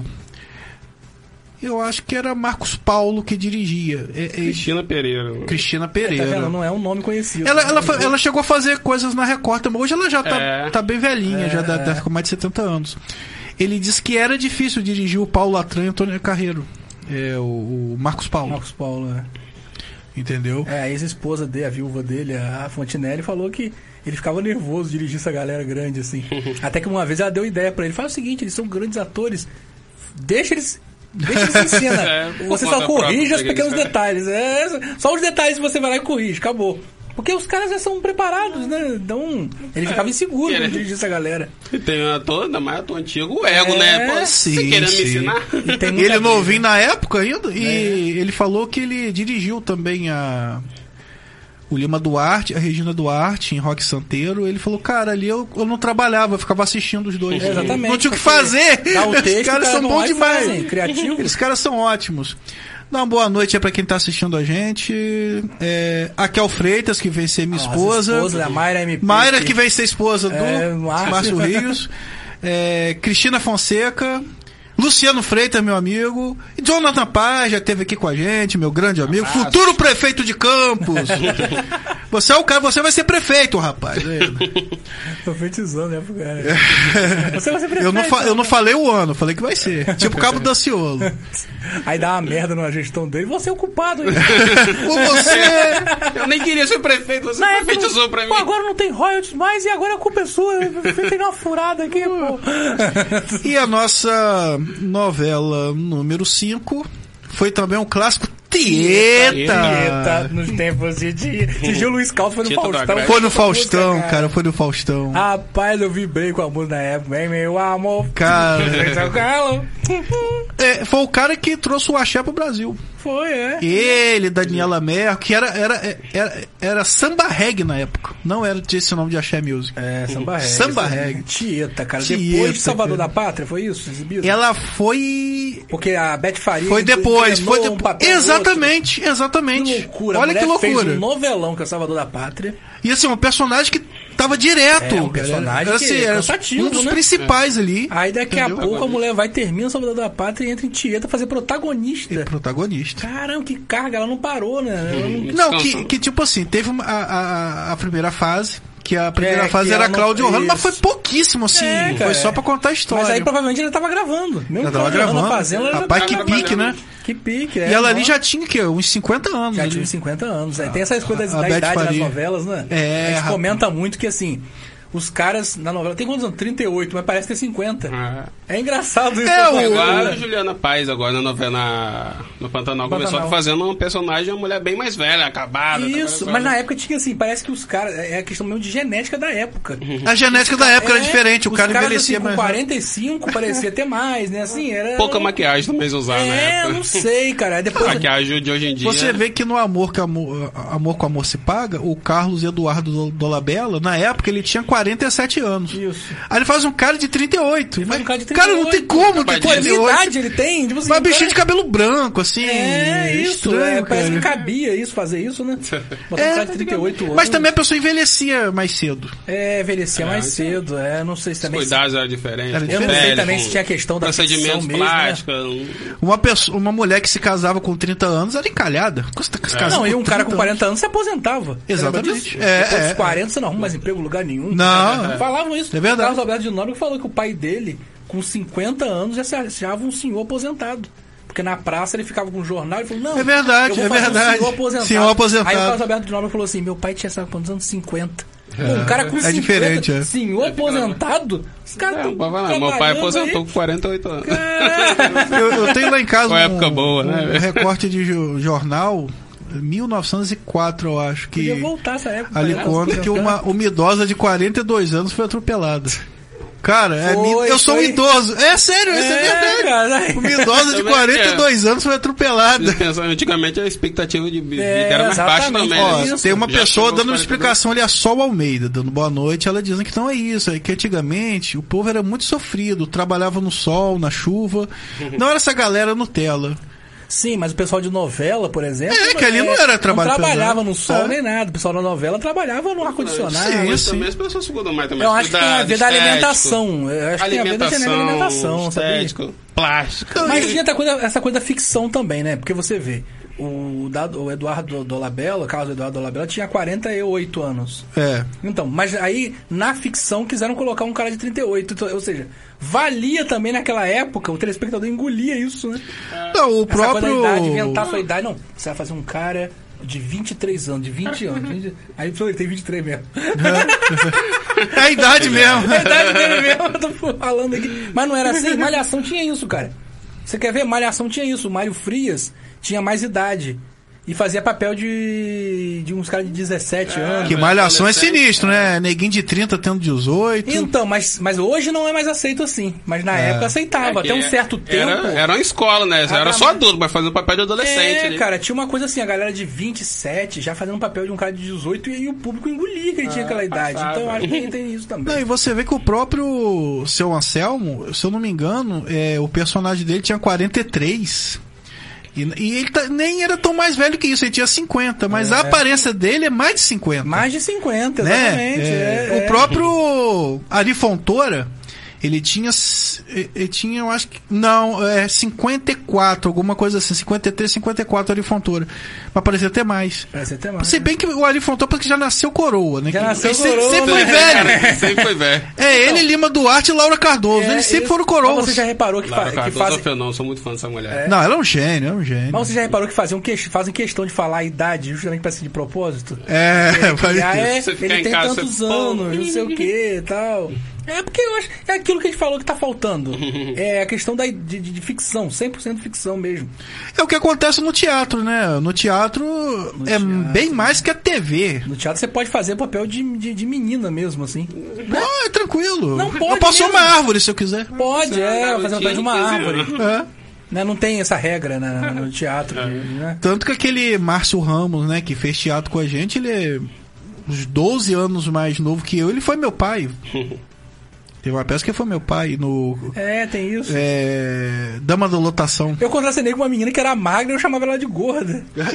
Eu acho que era Marcos Paulo que dirigia. É, é-
Cristina Pereira. mano.
Cristina
Tá
Pereira.
vendo? Não é um nome conhecido.
Ela, ela, fa- ela chegou a fazer coisas na Record, também. hoje ela já tá,
É.
tá bem velhinha, já dá- deve com mais de 70 anos. Ele disse que era difícil dirigir o Paulo Latran e o Antônio Carreiro. É, o, o Marcos Paulo,
Marcos Paulo, né?
entendeu?
É, a ex-esposa dele, a viúva dele, a Fontinelli, falou que ele ficava nervoso dirigir essa galera grande, assim. Até que uma vez ela deu ideia pra ele. Faz o seguinte, eles são grandes atores, deixa eles... Deixa eles em cena.
É,
você
conta
só
própria,
corrige os
que eles-
pequenos detalhes. É, só os detalhes você vai lá e corrige, acabou. Porque os caras já são preparados, né? Então, ele
É.
ficava inseguro
ele-
quando dirigir essa galera.
E tem um ator, ainda mais ator antigo, o ego,
É,
né? Pô, você
sim,
querendo
sim.
me ensinar?
E tem muita
Ele novinho
briga.
na época ainda, e
É.
ele falou que ele dirigiu também a. O Lima Duarte, a Regina Duarte em Rock Santeiro, ele falou, cara, ali eu, eu não trabalhava, eu ficava assistindo os dois.
É, exatamente,
Não tinha o que
porque
fazer!
dá o texto,
Os caras
o cara
são
vão lá
bons
e tá
demais.
fazem, criativos.
Eles caras são ótimos. Dá uma boa noite aí pra quem tá assistindo a gente. É, a Kel Freitas, que vem ser minha
Nossa,
esposa.
esposa da Mayra MP.
Mayra, que vem ser esposa do
É, Márcio.
Márcio, Rios. É, Cristina Fonseca. Luciano Freitas, meu amigo. E Jonathan Paz já esteve aqui com a gente, meu grande amigo. Futuro prefeito de Campos. você é o cara, você vai ser prefeito, rapaz.
Tô feitizando, né, pro cara? Você vai ser
É.
né?
Eu não,
prefeito,
fa- eu não falei o ano, falei que vai ser. Tipo Cabo Daciolo.
Aí dá uma merda na gestão dele. Você é o culpado. hein?
Ou você.
Eu nem queria ser prefeito, você
Na época
profetizou
não-
pra mim.
Pô, agora não tem royalties mais e agora a culpa é sua. Eu tem uma furada aqui, pô.
E a nossa novela número 5 foi também um clássico Tieta.
Eita, nos tempos de dia. De Gil Luiz Calvo foi no
Tito da
Faustão.
Graça.
Foi no Faustão, cara, foi no Faustão.
Rapaz, eu vibrei com a música na época, hein, meu amor.
Cara,
Fez o galo.
é, foi o cara que trouxe o axé pro Brasil.
Foi, é.
Ele, Daniela Merkel, que era, era, é, era, era samba reggae na época. Não era tinha esse nome de axé music.
É, samba reggae.
Samba reggae.
Tieta, cara.
Tieta,
Depois de Salvador
cara.
da Pátria, foi isso? Exibido?
Ela foi...
Porque a Beth Faria...
Foi depois, foi
encenou um
depois.
papel no outro.
Exatamente, exatamente.
Que loucura. a
Olha que
mulher Fez um
loucura.
novelão que é o Salvador da Pátria.
E assim, um personagem que tava direto.
É, um
cara.
personagem
Era,
que
assim,
é
era
cansativo,
um dos
né?
principais ali.
Aí daqui a
Entendeu?
pouco a mulher vai termina Salvador da Pátria e entra em Tieta fazer protagonista.
Protagonista.
Caramba, que carga, ela não parou, né? Ela não...
Não,
Descansa.
que, que tipo assim, teve uma- a, a- a primeira fase, que a primeira
É,
fase
que
era
ela
a
não-
Cláudia Orlando, mas foi
isso.
pouquíssimo, assim.
É, cara,
foi só
é.
pra contar a história.
Mas aí provavelmente ela tava gravando.
Ela
Mesmo que
tava
na
gravando.
fazenda, ela
Rapaz,
já
que
tava
pique, né?
gravando.
Que pique, é.
e ela ali
nossa.
já tinha o quê? Uns 50 anos.
Já
ali.
tinha uns 50 anos. Aí tem essas coisas
Uhum. Ah, a
da
Beth
idade
Faria.
nas novelas, né?
É,
A gente
rapaz.
comenta muito que assim, os caras na novela tem quantos anos? 38, mas parece ter 50.
Ah.
É engraçado isso.
É,
né,
o-
cara?
Agora a Juliana Paz, agora na novela na- no Pantanal, começou
Pantanal.
fazendo um personagem, uma mulher bem mais velha, acabada. tá
Isso, mas na época tinha assim, parece que os caras. É a questão mesmo de genética da época.
A genética da Uhum. época
É,
era diferente, o
os
cara
caras,
envelhecia
assim,
mais.
Com 45 parecia até mais, né? Assim, era.
Pouca maquiagem também se usava na
É, eu
época.
não sei, cara. Aí Depois.
Maquiagem de hoje em dia.
Você vê que no Amor que Amor, Amor com Amor se Paga, o Carlos Eduardo Do- Dolabella, na época, ele tinha 47 anos.
Isso.
Aí ele faz um cara de 38.
faz um cara de 38.
Cara, não tem como ter
Pô, que
38.
idade ele tem? Tipo assim,
Mas
o
bichinho de
cara-
cabelo branco, assim.
É, isso.
estranho,
é, parece que
cara.
cabia isso, fazer isso, né? Botar um
É,
cara de 38 anos.
Mas também a pessoa envelhecia mais cedo.
É, envelhecia
Ah,
mais
então-
cedo. É, não sei se também.
Os cuidados eram diferentes.
Era
com
diferente. Eu não
sei
pele,
também
com
se tinha a questão da
Procedimentos
ficção mesmo, né?
plásticos. um-
Uma, pessoa, uma mulher que se casava com 30 anos era encalhada. Custa se casar
Não, e um cara com
30 anos.
40 anos se aposentava. Você lembra
Exatamente.
disso?
É,
Depois dos
é.
40 você não arruma mais emprego em lugar nenhum.
Não.
Falavam isso.
É verdade.
O Carlos Alberto de Nóbrega falou que o pai dele, com 50 anos, já se achava um senhor aposentado. Porque na praça ele ficava com um jornal e falou, não,
É verdade,
eu vou
é
fazer
verdade.
Um senhor, aposentado.
Senhor aposentado.
Aí o Carlos Alberto de Nóbrega falou assim, meu pai tinha sabe quantos anos? 50. Pô, um cara com 50,
diferente, é.
senhor aposentado? Os caras
Não,
tão
É, um- vai lá, meu pai
trabalhando
aposentou
aí.
com 48 anos.
Eu, eu tenho lá em casa
Uma época boa, né?
um recorte de jo- jornal, 1904, eu acho, que
Podia voltar essa época.
ali
né?
conta que uma, uma idosa de 42 anos foi atropelada. Cara, é
Foi,
min- eu sou um
foi.
idoso. É sério, isso é, verdade.
cara.
Uma idosa de
Como é que é?
42 anos foi atropelada.
Pensando, antigamente a expectativa de vida
É,
era mais baixa
exatamente.
também.
Ó,
né?
isso.
tem uma
Já
pessoa
chegou
dando uma
aos 42.
explicação ali, a Sol Almeida, dando boa noite, ela dizendo que não é isso, é que antigamente o povo era muito sofrido, trabalhava no sol, na chuva, não era essa galera Nutella.
Sim, mas o pessoal de novela, por exemplo.
É, que ali não era trabalho
Não trabalhava
pesado.
no sol
É.
nem nada. O pessoal da novela trabalhava no ar-condicionado.
Sim.
Mas
isso,
também as pessoas segundam mais também.
né? Eu acho que tem a ver da
cuidado,
alimentação. Eu acho que tem a ver da alimentação, sabia?
estético, plástico.
Então,
Mas
e-
tinha essa coisa, essa coisa da ficção também, né? Porque você vê, o, Dado- o Eduardo Dolabella, o Carlos Eduardo Dolabella, tinha 48 anos.
É.
Então, mas aí, na ficção, quiseram colocar um cara de 38. Então, Ou seja, valia também naquela época, o telespectador engolia isso, né?
Não, o
Essa coisa
próprio.
da idade, inventar a sua idade. Não, você vai fazer um cara de 23 anos, de 20 anos. 20... Aí pô, ele tem 23 mesmo.
É a idade mesmo.
É a idade dele mesmo, eu tô falando aqui. Mas não era assim, Malhação tinha isso, cara. Você quer ver? Malhação tinha isso. O Mário Frias tinha mais idade. E fazia papel de, de uns caras de 17 anos.
Que malhação é sinistro, né? Neguinho de 30 tendo 18.
Então, mas, mas hoje não é mais aceito assim. Mas na época aceitava. Até um certo tempo.
É Era, era uma escola, né? Era
Ah,
só
mas-
adulto, mas fazendo papel de adolescente.
É,
né?
cara, tinha uma coisa assim, a galera de 27 já fazendo papel de um cara de 18 e aí o público engolia que ele tinha aquela idade.
Ah, passava.
Então eu acho que tem isso também.
Não, e você vê que o próprio seu Anselmo, se eu não me engano, é, o personagem dele tinha 43. E, e ele tá- nem era tão mais velho que isso, ele tinha 50, mas a aparência dele é mais de 50.
Mais de 50,
né?
exatamente.
É,
é,
o
é.
próprio Ari Fontoura, ele tinha. s- e- Ele tinha, eu acho que. Não, é 54, alguma coisa assim. 53, 54 Ari Fontoura. Mas parecia até mais.
Parece até mais.
Se bem que o Ari Fontoura parece que já nasceu coroa, né?
Já
Que-
nasceu
ele se-
coroa,
sempre foi
né?
velho.
Cara, sempre foi velho.
É ele, Lima Duarte e Laura Cardoso.
Então, É,
eles sempre
isso.
foram
Mas
coroas.
você já reparou que,
Laura
fa que
Cardoso é um
fazem.
fenômeno, sou muito fã dessa mulher.
Não, ela é um gênio, é um gênio.
Mas você já reparou que faziam que... fazem questão de falar a idade justamente pra ser de propósito?
É,
E aí,
vai
é,
Você fica
ele
em
tem
casa,
tantos
você-
anos, não sei o que e tal. É porque eu acho. É aquilo que a gente falou que tá faltando. É a questão da, de, de- de ficção, 100% ficção mesmo.
É o que acontece no teatro, né? No teatro é
teatro.
bem mais que a TV.
No teatro você pode fazer papel de, de, de menina mesmo, assim.
Ah, é tranquilo.
Não
eu
pode
posso ser
mesmo.
uma árvore se eu quiser.
Pode,
Você é
é,
uma
fazer papel de uma
garotinha de 15
árvore.
É.
Né? Não tem essa regra né, no teatro,
É.
né?
Tanto que aquele Márcio Ramos, né, que fez teatro com a gente, ele é uns 12 anos mais novo que eu, ele foi meu pai. Teve uma peça que foi meu pai no.
É, tem isso.
é, Dama da Lotação.
Eu contracenei com uma menina que era magra e eu chamava ela de gorda.
Mas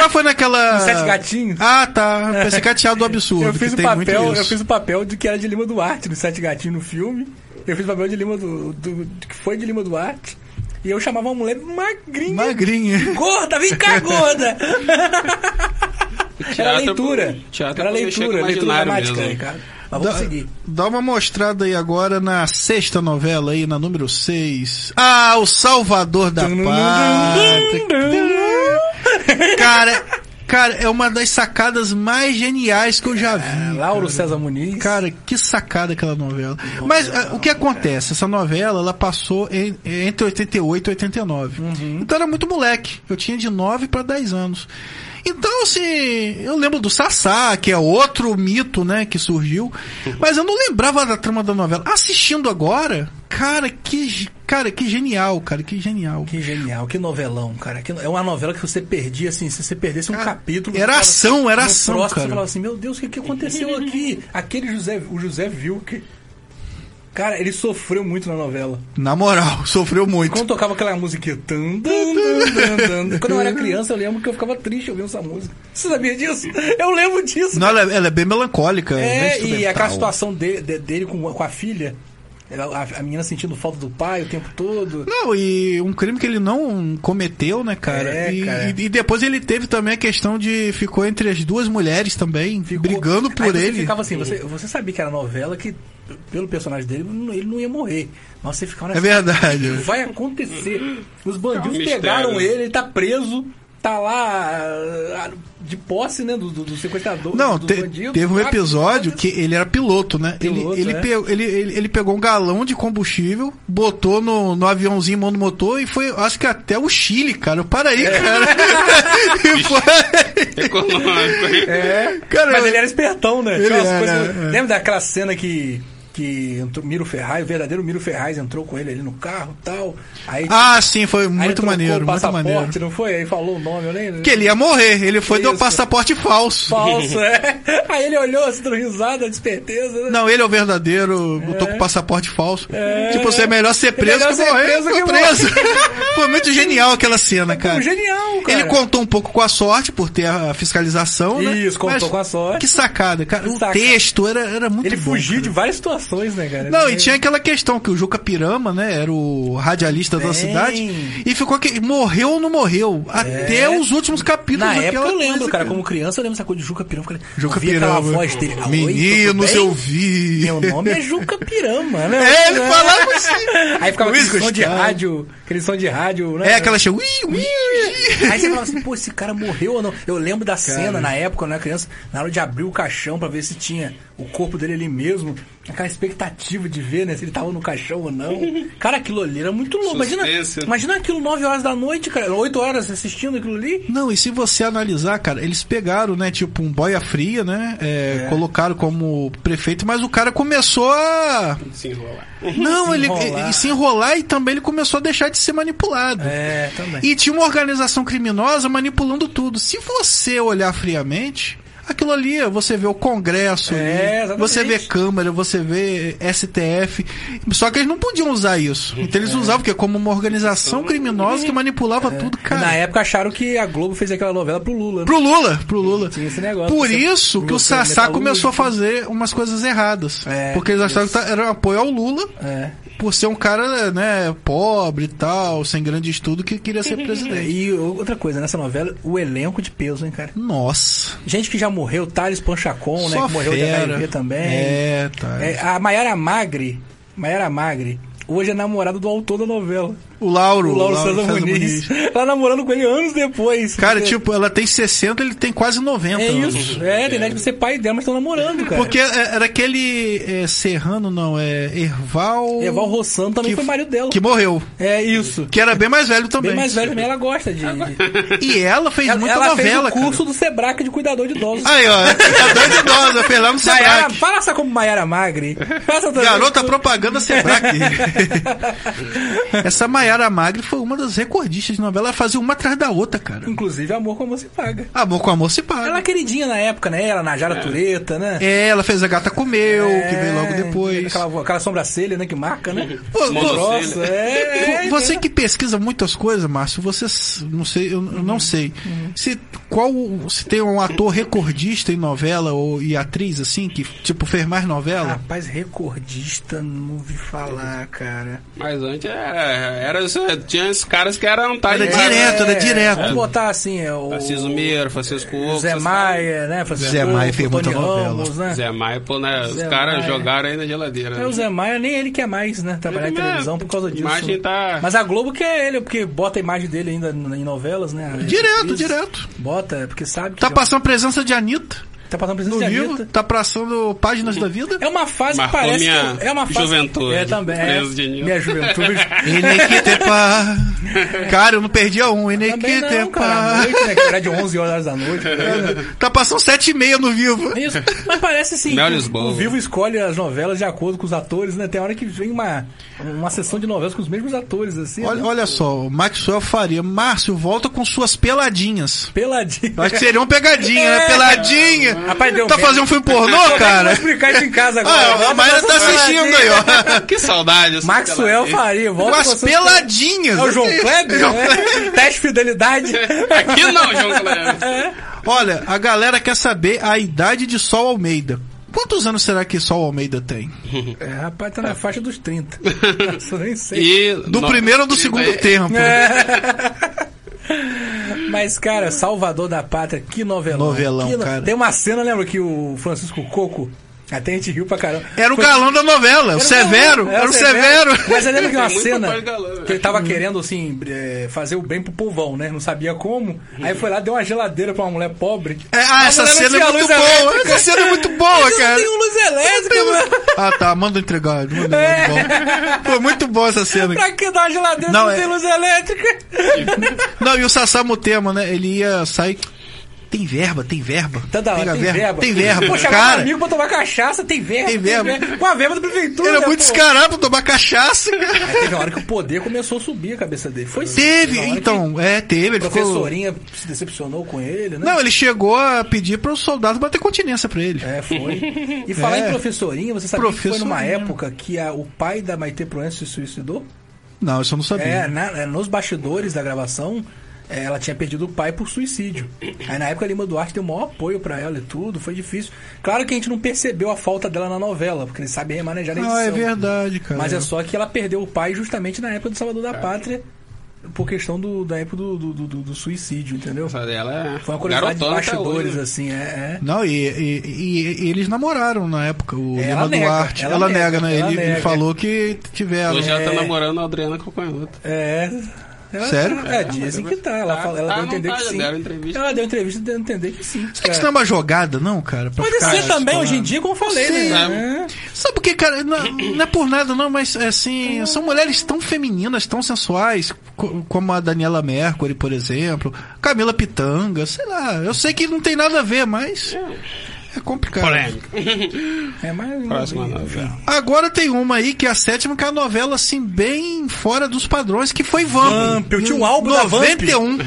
Ah, foi naquela.
Os Sete Gatinhos.
Ah, tá. Pensei que é teatro do absurdo.
eu fiz
que
o
tem muito
papel,
isso.
eu fiz o papel de que era de Lima Duarte no Sete Gatinhos no filme. Eu fiz o papel de Lima do, do- do que foi de Lima Duarte. E eu chamava uma mulher magrinha.
Magrinha.
Gorda, vem cá, gorda! era
Teatro-
É,
é
leitura.
teatro é
era
pra mexer
leitura, é
com o
leitura
imaginário
dramática,
mesmo.
Ricardo. Mas vamos seguir.
dá uma mostrada aí agora na sexta novela aí, na número 6. Ah, o Salvador da Pátria. Cara, cara, é uma das sacadas mais geniais que eu já vi.
É, Lauro César Muniz.
Cara, que sacada aquela novela. Mas ah, o que acontece? Essa novela, ela passou em- entre 88 e 89.
Uhum.
Então era muito moleque. Eu tinha de 9 para 10 anos. Então, assim, eu lembro do Sassá, que é outro mito, né, que surgiu. Mas eu não lembrava da trama da novela. Assistindo agora, cara, que, ge- cara, que genial, cara, que genial.
Que genial, que novelão, cara. Que- é uma novela que você perdia, assim, se você perdesse um capítulo.
era
você
ação, era
no
ação,
próximo,
cara.
Você falava assim, meu Deus, o que, que aconteceu aqui? Aquele José, o José viu que. Cara, ele sofreu muito na novela.
Na moral, sofreu muito.
Quando tocava aquela musiquinha. tan, dan, dan, dan, dan. Quando eu era criança, eu lembro que eu ficava triste ouvindo essa música. Você sabia disso? Eu lembro disso.
Não, ela, é- ela é bem melancólica.
É,
bem
e aquela
instrumental.
situação de- de- dele com, com a filha. ela- A, a menina sentindo falta do pai o tempo todo.
Não, e um crime que ele não cometeu, né, cara?
É,
e,
cara.
e- e depois ele teve também a questão de ficou entre as duas mulheres também,
Ficou-
brigando
Aí
por
você
ele.
ficava assim, você, você sabia que era novela que, pelo personagem dele, não- ele não ia morrer. Mas você ficava
É
nessa-
verdade.
Vai acontecer. Os
É um
bandidos
mistério,
pegaram
né?
ele, ele tá preso, tá lá ah, de posse, né, do, do, do sequestrador.
Não,
do
te-
bandido,
teve um
sabe?
episódio que ele era piloto, né?
Piloto,
ele, ele,
é.
pe- ele, ele- ele pegou um galão de combustível, botou no, no aviãozinho monomotor e foi, acho que até o Chile, cara. Para aí,
É.
cara. e foi.
Econômico.
É.
Cara,
Mas ele era espertão, né?
Ele
Aquelas
era,
coisas-
é.
Lembra daquela cena que que entrou, Miro Ferraz, o verdadeiro Miro Ferraz entrou com ele ali no carro e tal. Aí,
Ah, sim, foi
aí
muito
trocou
maneiro,
o
muito
passaporte,
maneiro.
não foi? Aí falou o nome, eu nem...
Que ele ia morrer, ele foi deu
Isso.
passaporte falso.
Falso, é. Aí ele olhou, assim, dando risada, desperteza. né?
Não, ele é o verdadeiro, eu tô com passaporte falso.
É.
Tipo, você é melhor ser preso
melhor
que
ser
morrer.
preso
Ficou
que
preso. foi muito genial aquela cena,
Pô,
cara.
genial, cara.
Ele contou um pouco com a sorte por ter a fiscalização, né?
Isso, contou
Mas
com a sorte.
Que sacada, cara. O
Saca.
texto era, era muito
Ele
bom,
fugiu
cara.
de várias situações, né, cara?
Não,
Ele-
e tinha aquela questão que o Juca Pirama, né, era o radialista da
Bem.
cidade e ficou que morreu ou não morreu até os últimos capítulos
É. Na época
daquela
eu lembro,
coisa,
cara, como criança eu lembro essa coisa de Juca Pirama. Falei,
Juca
ouvi aquela
Pirama.
voz dele. "Oi, tudo
Meninos,
bem?
eu vi.
Meu nome é Juca Pirama, né?
É, ele falava assim.
Aí ficava
Luiz
aquele som de
Gustavo.
rádio, aquele som de rádio, né?
É aquela che... ui, ui, ui.
Aí você falava assim, pô, esse cara morreu ou não? Eu lembro da cena na época, quando eu era criança, na hora de abrir o caixão pra ver se tinha o corpo dele ali mesmo, aquela expectativa de ver, né, se ele tava no caixão ou não. Cara, aquilo ali era muito louco. Imagina,
Suspense.
imagina aquilo 9 horas da noite, cara, 8 horas assistindo aquilo ali.
Não, e se você analisar, cara, eles pegaram, né, tipo um boia fria, né, é, colocaram como prefeito, mas o cara começou a...
Se enrolar.
Não, ele
enrolar.
e- e se enrolar e também ele começou a deixar de ser manipulado.
É, também.
E tinha uma organização criminosa manipulando tudo. Se você olhar friamente, aquilo ali, você vê o Congresso,
É,
ali,
exatamente.
você vê Câmara, você vê STF. Só que eles não podiam usar isso. Então
É.
eles usavam porque como uma organização criminosa que manipulava tudo, cara.
Na época acharam que a Globo fez aquela novela pro Lula. né?
Pro Lula, pro Lula.
Tinha esse negócio.
Por
Você-
isso que o
Lula,
Sassá
metalúrgico.
começou a fazer umas coisas erradas.
É,
porque eles acharam que era um apoio ao Lula,
É.
por ser um cara, né, pobre e tal, sem grande estudo, que queria ser presidente.
E outra coisa, nessa novela, o elenco de peso, hein, cara?
Nossa.
Gente que já morreu, Thales Panchacon, né?
Só
Que morreu
fera.
de HIV também.
É, tá.
É, a Maiara Magre, Maiara Magre, hoje é namorada do autor da novela,
O Lauro.
o Lauro César Muniz. Tá namorando com ele anos depois.
Cara,
É-
tipo, ela tem 60, ele tem quase 90
É
anos.
isso. É, tem ideia de ser pai dela, mas estão namorando, cara.
Porque é, era aquele é, Serrano, não, é Erval...
Eval Rossano também
que-
foi marido dela.
Que morreu.
É isso.
Que era bem mais velho também.
Bem mais velho também, ela gosta de... de-
E ela fez
Ela,
muita
ela
novela,
fez o curso do Sebrac de cuidador de idosos.
cara. Aí, ó, tá doida idosa, fez lá no
Maiara,
Sebrac.
passa como Maiara Magre. Passa também.
Garota propaganda Sebrac. Essa Maiara Magre foi uma das recordistas de novela. Ela fazia uma atrás da outra, cara.
Inclusive, amor como se paga.
Amor com amor se paga.
Ela é queridinha na época, né? Ela, Najara Tureta, né?
É, ela fez a gata comeu, que veio logo
É,
depois.
Aquela, aquela sobrancelha, né? Que marca, né?
Pô, pô,
Monocelha.
Nossa, é. é,
você
é.
que pesquisa muitas coisas, Márcio, você s- não sei, eu eu não sei.
Uhum.
Se qual se tem um ator recordista em novela ou e atriz assim que tipo fez mais novela?
Rapaz, recordista, não ouvi falar, cara.
Mas antes é, era, tinha esses caras que eram tá
Era
de-
direto, era
É,
direto.
Vamos botar assim, é o.
Francisco Meira, Francisco Oco,
é, Zé
esses
Maia, né? Francisco
Zé Maia fez
Antônio
muita novela.
Ramos, né?
caras. Zé Maia, pô, né? Os
Zé
caras
Maia.
jogaram aí na geladeira. né?
É o Zé Maia, nem ele quer mais, né? Trabalhar em
Ele mesmo.
televisão por causa disso. né?
Imagem tá-
Mas a Globo quer ele, porque bota a imagem dele ainda em novelas, né?
Direto,
Isso.
direto.
Bota, é porque sabe que
Tá passando presença de Anitta
tá passando
no
presença de
livro,
Anitta.
tá passando páginas da vida.
É uma fase
Marcou
que parece
minha
que eu- é uma fase
juventude.
É também. É,
Preso de Nil.
minha juventude.
Ele que te pá. Cara, eu não perdi a um. Ele
também
que
não,
te
cara. À
pá.
noite, né? Que era de 11 horas da noite. cara.
Tá passando sete e meia no vivo.
Isso. Mas parece assim.
Mel
que o-
Lisboa.
O Vivo escolhe as novelas de acordo com os atores, né? Tem hora que vem uma, uma sessão de novelas com os mesmos atores, assim.
Olha,
né?
olha só, o Maxwell Faria. Márcio, volta com suas peladinhas.
Peladinho.
Eu Acho que seria uma pegadinha, né?
É.
Peladinha.
Rapaz, deu
tá
merda.
fazendo um filme pornô,
Vou
cara?
explicar isso em casa agora.
Ah, a Mayra tá assistindo aí, ó.
Que saudade. essa
Maxwell
peladeira.
Faria,
Com
volta
as
suas-
peladinhas.
É o João
Esse-
Kleber?
João Kleber.
né? Teste de fidelidade. É.
Aqui não, João Cleber.
Olha, a galera quer saber a idade de Sol Almeida. Quantos anos será que Sol Almeida tem?
É, rapaz, tá na faixa dos 30. Nossa, eu nem sei.
E
Do
no-
primeiro ou do segundo
É,
tempo?
Mas, cara, Salvador da Pátria, que novelão.
Novelão,
Que
cara.
Tem uma cena, lembra, que o Francisco Coco, até a gente riu pra caramba.
Era o
Foi-
galão da novela, o
Era o
Severo.
galão,
Era o Severo.
Mas eu lembro que uma
Muito
cena
mais galã,
que ele tava querendo, assim, é, fazer o bem pro povão, né? Não sabia como. Aí foi lá, deu uma geladeira pra uma mulher pobre.
É, ah,
A
essa
mulher não
cena é
tinha
muito
luz
boa.
elétrica.
Essa cena é muito boa,
Mas eu um-
cara.
Não tem luz elétrica, mano.
Ah, tá. Manda entregar. Manda, manda. Foi muito boa essa cena.
Pra que dar uma geladeira
Não,
não, não
é-
tem luz elétrica?
Não, e o Sassá Mutema, né? Ele ia sair Tem verba, tem verba.
Tá da
Pega
hora, tem verba.
Tem verba,
Pô, chamar um
cara.
amigo pra tomar cachaça, tem verba.
Tem verba.
Com a verba da prefeitura.
Ele é
pô.
muito descarado pra tomar cachaça, cara.
Aí teve uma hora que o poder começou a subir a cabeça dele. Foi sim.
Teve,
Uma hora que
então, é, teve.
A
Ele ficou...
professorinha se decepcionou com ele, né?
Não, ele chegou a pedir para os soldados bater continência pra ele.
É, foi. E falar
É.
em professorinha, você sabia que foi numa
Professorinha.
época que a- o pai da Maite Proença se suicidou?
Não, isso eu não
É,
sabia.
na- é, nos bastidores da gravação, é, ela tinha perdido o pai por suicídio. Aí na época a Lima Duarte deu o maior apoio pra ela e tudo, foi difícil. Claro que a gente não percebeu a falta dela na novela, porque eles sabem remanejar a edição.
ah, é verdade, cara.
Mas é só que ela perdeu o pai justamente na época do Salvador
É.
da Pátria, por questão do, da época do, do, do- do suicídio, entendeu?
Essa dela é
Foi uma curiosidade de
garotona até
bastidores,
hoje. né?
assim, é. é.
Não, e, e- e- e eles namoraram na época, o
Ela
Lima
nega,
Duarte.
ela
Ela,
nega,
nega, né?
ela
ele, ele
nega.
falou que tiveram.
Hoje ela tá
É.
namorando a Adriana Calcanhoto.
É. Ela-
Sério?
É, dizem que tá. Ela,
Tá,
fala- ela
tá,
deu a
não
entender
tá,
que
já
sim.
deram entrevista.
Ela deu entrevista deu a entender que sim.
Será que isso
cara.
não é uma jogada, não, cara? Pra
Pode
ficar
ser assim também
explorando?
hoje em dia, como eu falei,
Sim.
né?
Sabe o que, cara? Não, não é por nada, não, mas assim,
Hum.
são mulheres tão femininas, tão sensuais, co- como a Daniela Mercury, por exemplo, Camila Pitanga, sei lá. Eu sei que não tem nada a ver, mas.
Hum.
É complicado.
É, é mais.
Próxima novela.
Agora tem uma aí que é a sétima, que é a novela, assim, bem fora dos padrões, que foi Vamp.
Vamp, eu tinha um álbum da Vamp.
91,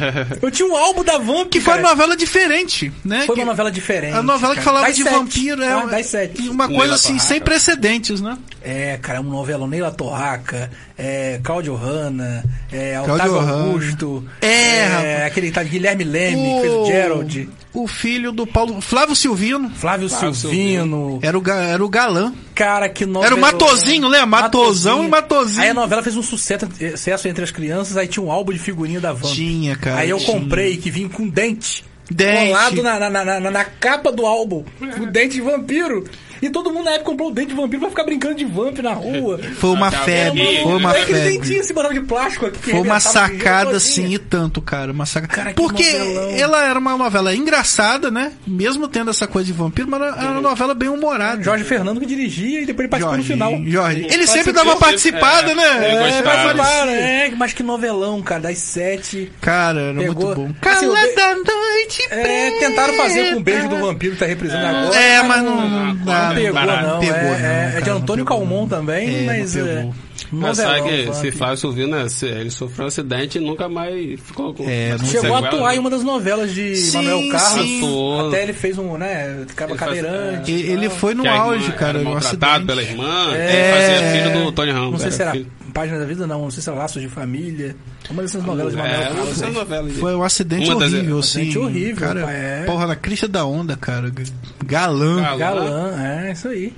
Eu tinha um álbum da Vamp
que foi
cara.
uma novela diferente, né?
Foi
Que-
uma novela diferente.
A novela que
cara.
falava
Das
de
sete.
vampiro é
Ah, das sete.
uma
Com
coisa
Leila
assim, sem
Barraca.
precedentes, né?
É, cara, um novelão Neila Torraca, é, Cláudio Hanna, é,
Cláudio
Otávio
Hanna.
Augusto,
É, rapaz. Oh.
aquele tá, Guilherme Leme, que fez o Gerald,
o filho do Paulo. Flávio Silvino.
Flávio,
Flávio
Silvino.
Era o, ga- era o galã.
Cara, que novela.
Era o Matozinho, né? Matozão e Matozinho.
Aí a novela fez um sucesso, eh, sucesso entre as crianças, aí tinha um álbum de figurinha da Vamp.
Tinha, cara,
Aí eu
tinha.
comprei, que vinha com dente.
Dente.
Colado na, na, na, na- na capa do álbum. O dente de vampiro. E todo mundo na época comprou o dente de vampiro pra ficar brincando de vamp na rua. É,
Foi uma
tá,
Acabou.
febre.
Era
Foi uma
Era aquele dentinho
febre.
assim, botava de plástico aqui. que
Foi uma
arrebentava de
sacada
todinha.
assim e tanto, cara. Uma sacada.
Cara, que
Porque
novelão.
ela era uma novela engraçada, né? Mesmo tendo essa coisa de vampiro, mas era, era uma novela bem humorada.
Jorge Fernando que dirigia e depois ele participou no
Jorge,
final.
Jorge. Ele sempre
Participou.
dava uma
sempre-
participada,
é,
né?
ele
É,
gostava.
mas parecia-
Cara, é, mas que novelão, cara, das sete.
Cara, era
Pegou-
muito bom.
Assim, eu
Calada
dei-
noite
É, tentaram fazer com o beijo do
preta.
vampiro que tá reprisando agora.
É, mas não, não, dá,
Não pegou,
barato.
não.
Pegou,
é,
não,
é-
cara,
é de
não
Antônio
pegou.
Calmon também,
É, não
mas. É,
pegou.
Mas sabe
novelão,
que
Vamp.
se Flávio Silvino, né, se- ele sofreu um acidente e nunca mais ficou com
É, não
com
Chegou a
sequela,
atuar
né?
em uma das novelas de
Sim,
Manuel Carlos.
sim.
Atuou.
Até ele fez um, né? Ficava
Ele faz-
cadeirante.
Ele, ele foi no
Que a irmã
auge, cara.
Era
no
maltratado
acidente.
pela irmã.
É.
É... Fazia filho do Tony Ramos. é,
Não sei se era
filho.
Página da Vida, não. Não sei se era Laços de Família. Uma dessas novelas de Manuel
É,
Carlos.
essa
né?
novela aí.
Foi um acidente
Uma das-
horrível, sim.
acidente horrível,
cara.
pai, é.
Porra, na crista da onda, cara. G- Galã.
Galã.
um Galã, é, isso aí.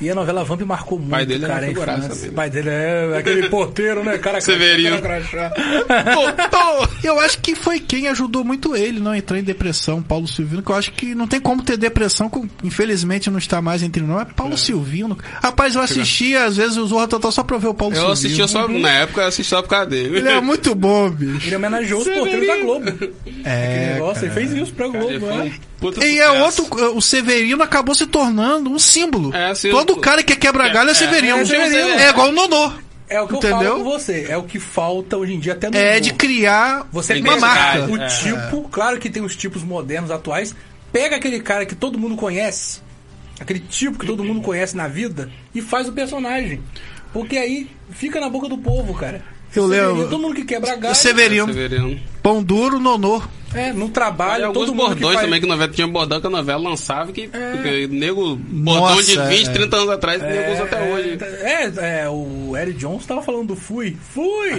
E a novela Vamp marcou muito,
Pai dele é
cara, a
figuraça
infância.
também, né?
pai dele é aquele porteiro, né? Cara,
Severino.
cara crachá.
Voltou! Eu acho que foi quem ajudou muito ele não entrar em depressão, Paulo Silvino, que eu acho que não tem como ter depressão, com- infelizmente não está mais entre nós. É Paulo Silvino. Rapaz, eu assistia, às vezes, o Zorra Total só pra ver o Paulo
Eu
Silvino.
assistia só, é. na época eu assistia só por causa dele.
Ele é
um
muito bom, bicho.
Ele homenageou os porteiros da Globo. Aquele
É,
negócio, ele fez isso pra Globo,
Ele foi um
né?
puta
E é
sucesso.
outro, o Severino acabou se tornando um símbolo.
É, assim,
Todo
o-
cara que quebra galho é
é,
Severino.
é,
É,
é Severino.
igual o Nonô.
É o que eu
Entendeu?
falo com você. É o que falta hoje em dia até no
É
humor.
de criar
Você
uma
pega
marca.
o
É.
tipo, claro que tem os tipos modernos atuais, pega aquele cara que todo mundo conhece, aquele tipo que todo mundo conhece na vida e faz o personagem. Porque aí fica na boca do povo, cara.
Eu
Severino,
lembro.
Todo mundo que quebra
É.
galho.
Severino.
Severino.
Pão duro, Nonô.
É, no
E
trabalho,
alguns
todo mundo que
bordões
faz... É.
também que a novela tinha bordão que a novela lançava que, que nego bordão de
Nossa,
20,
é.
30 anos atrás que nego usa até hoje.
É, é, o Eric Johnson tava falando do Fui. Fui!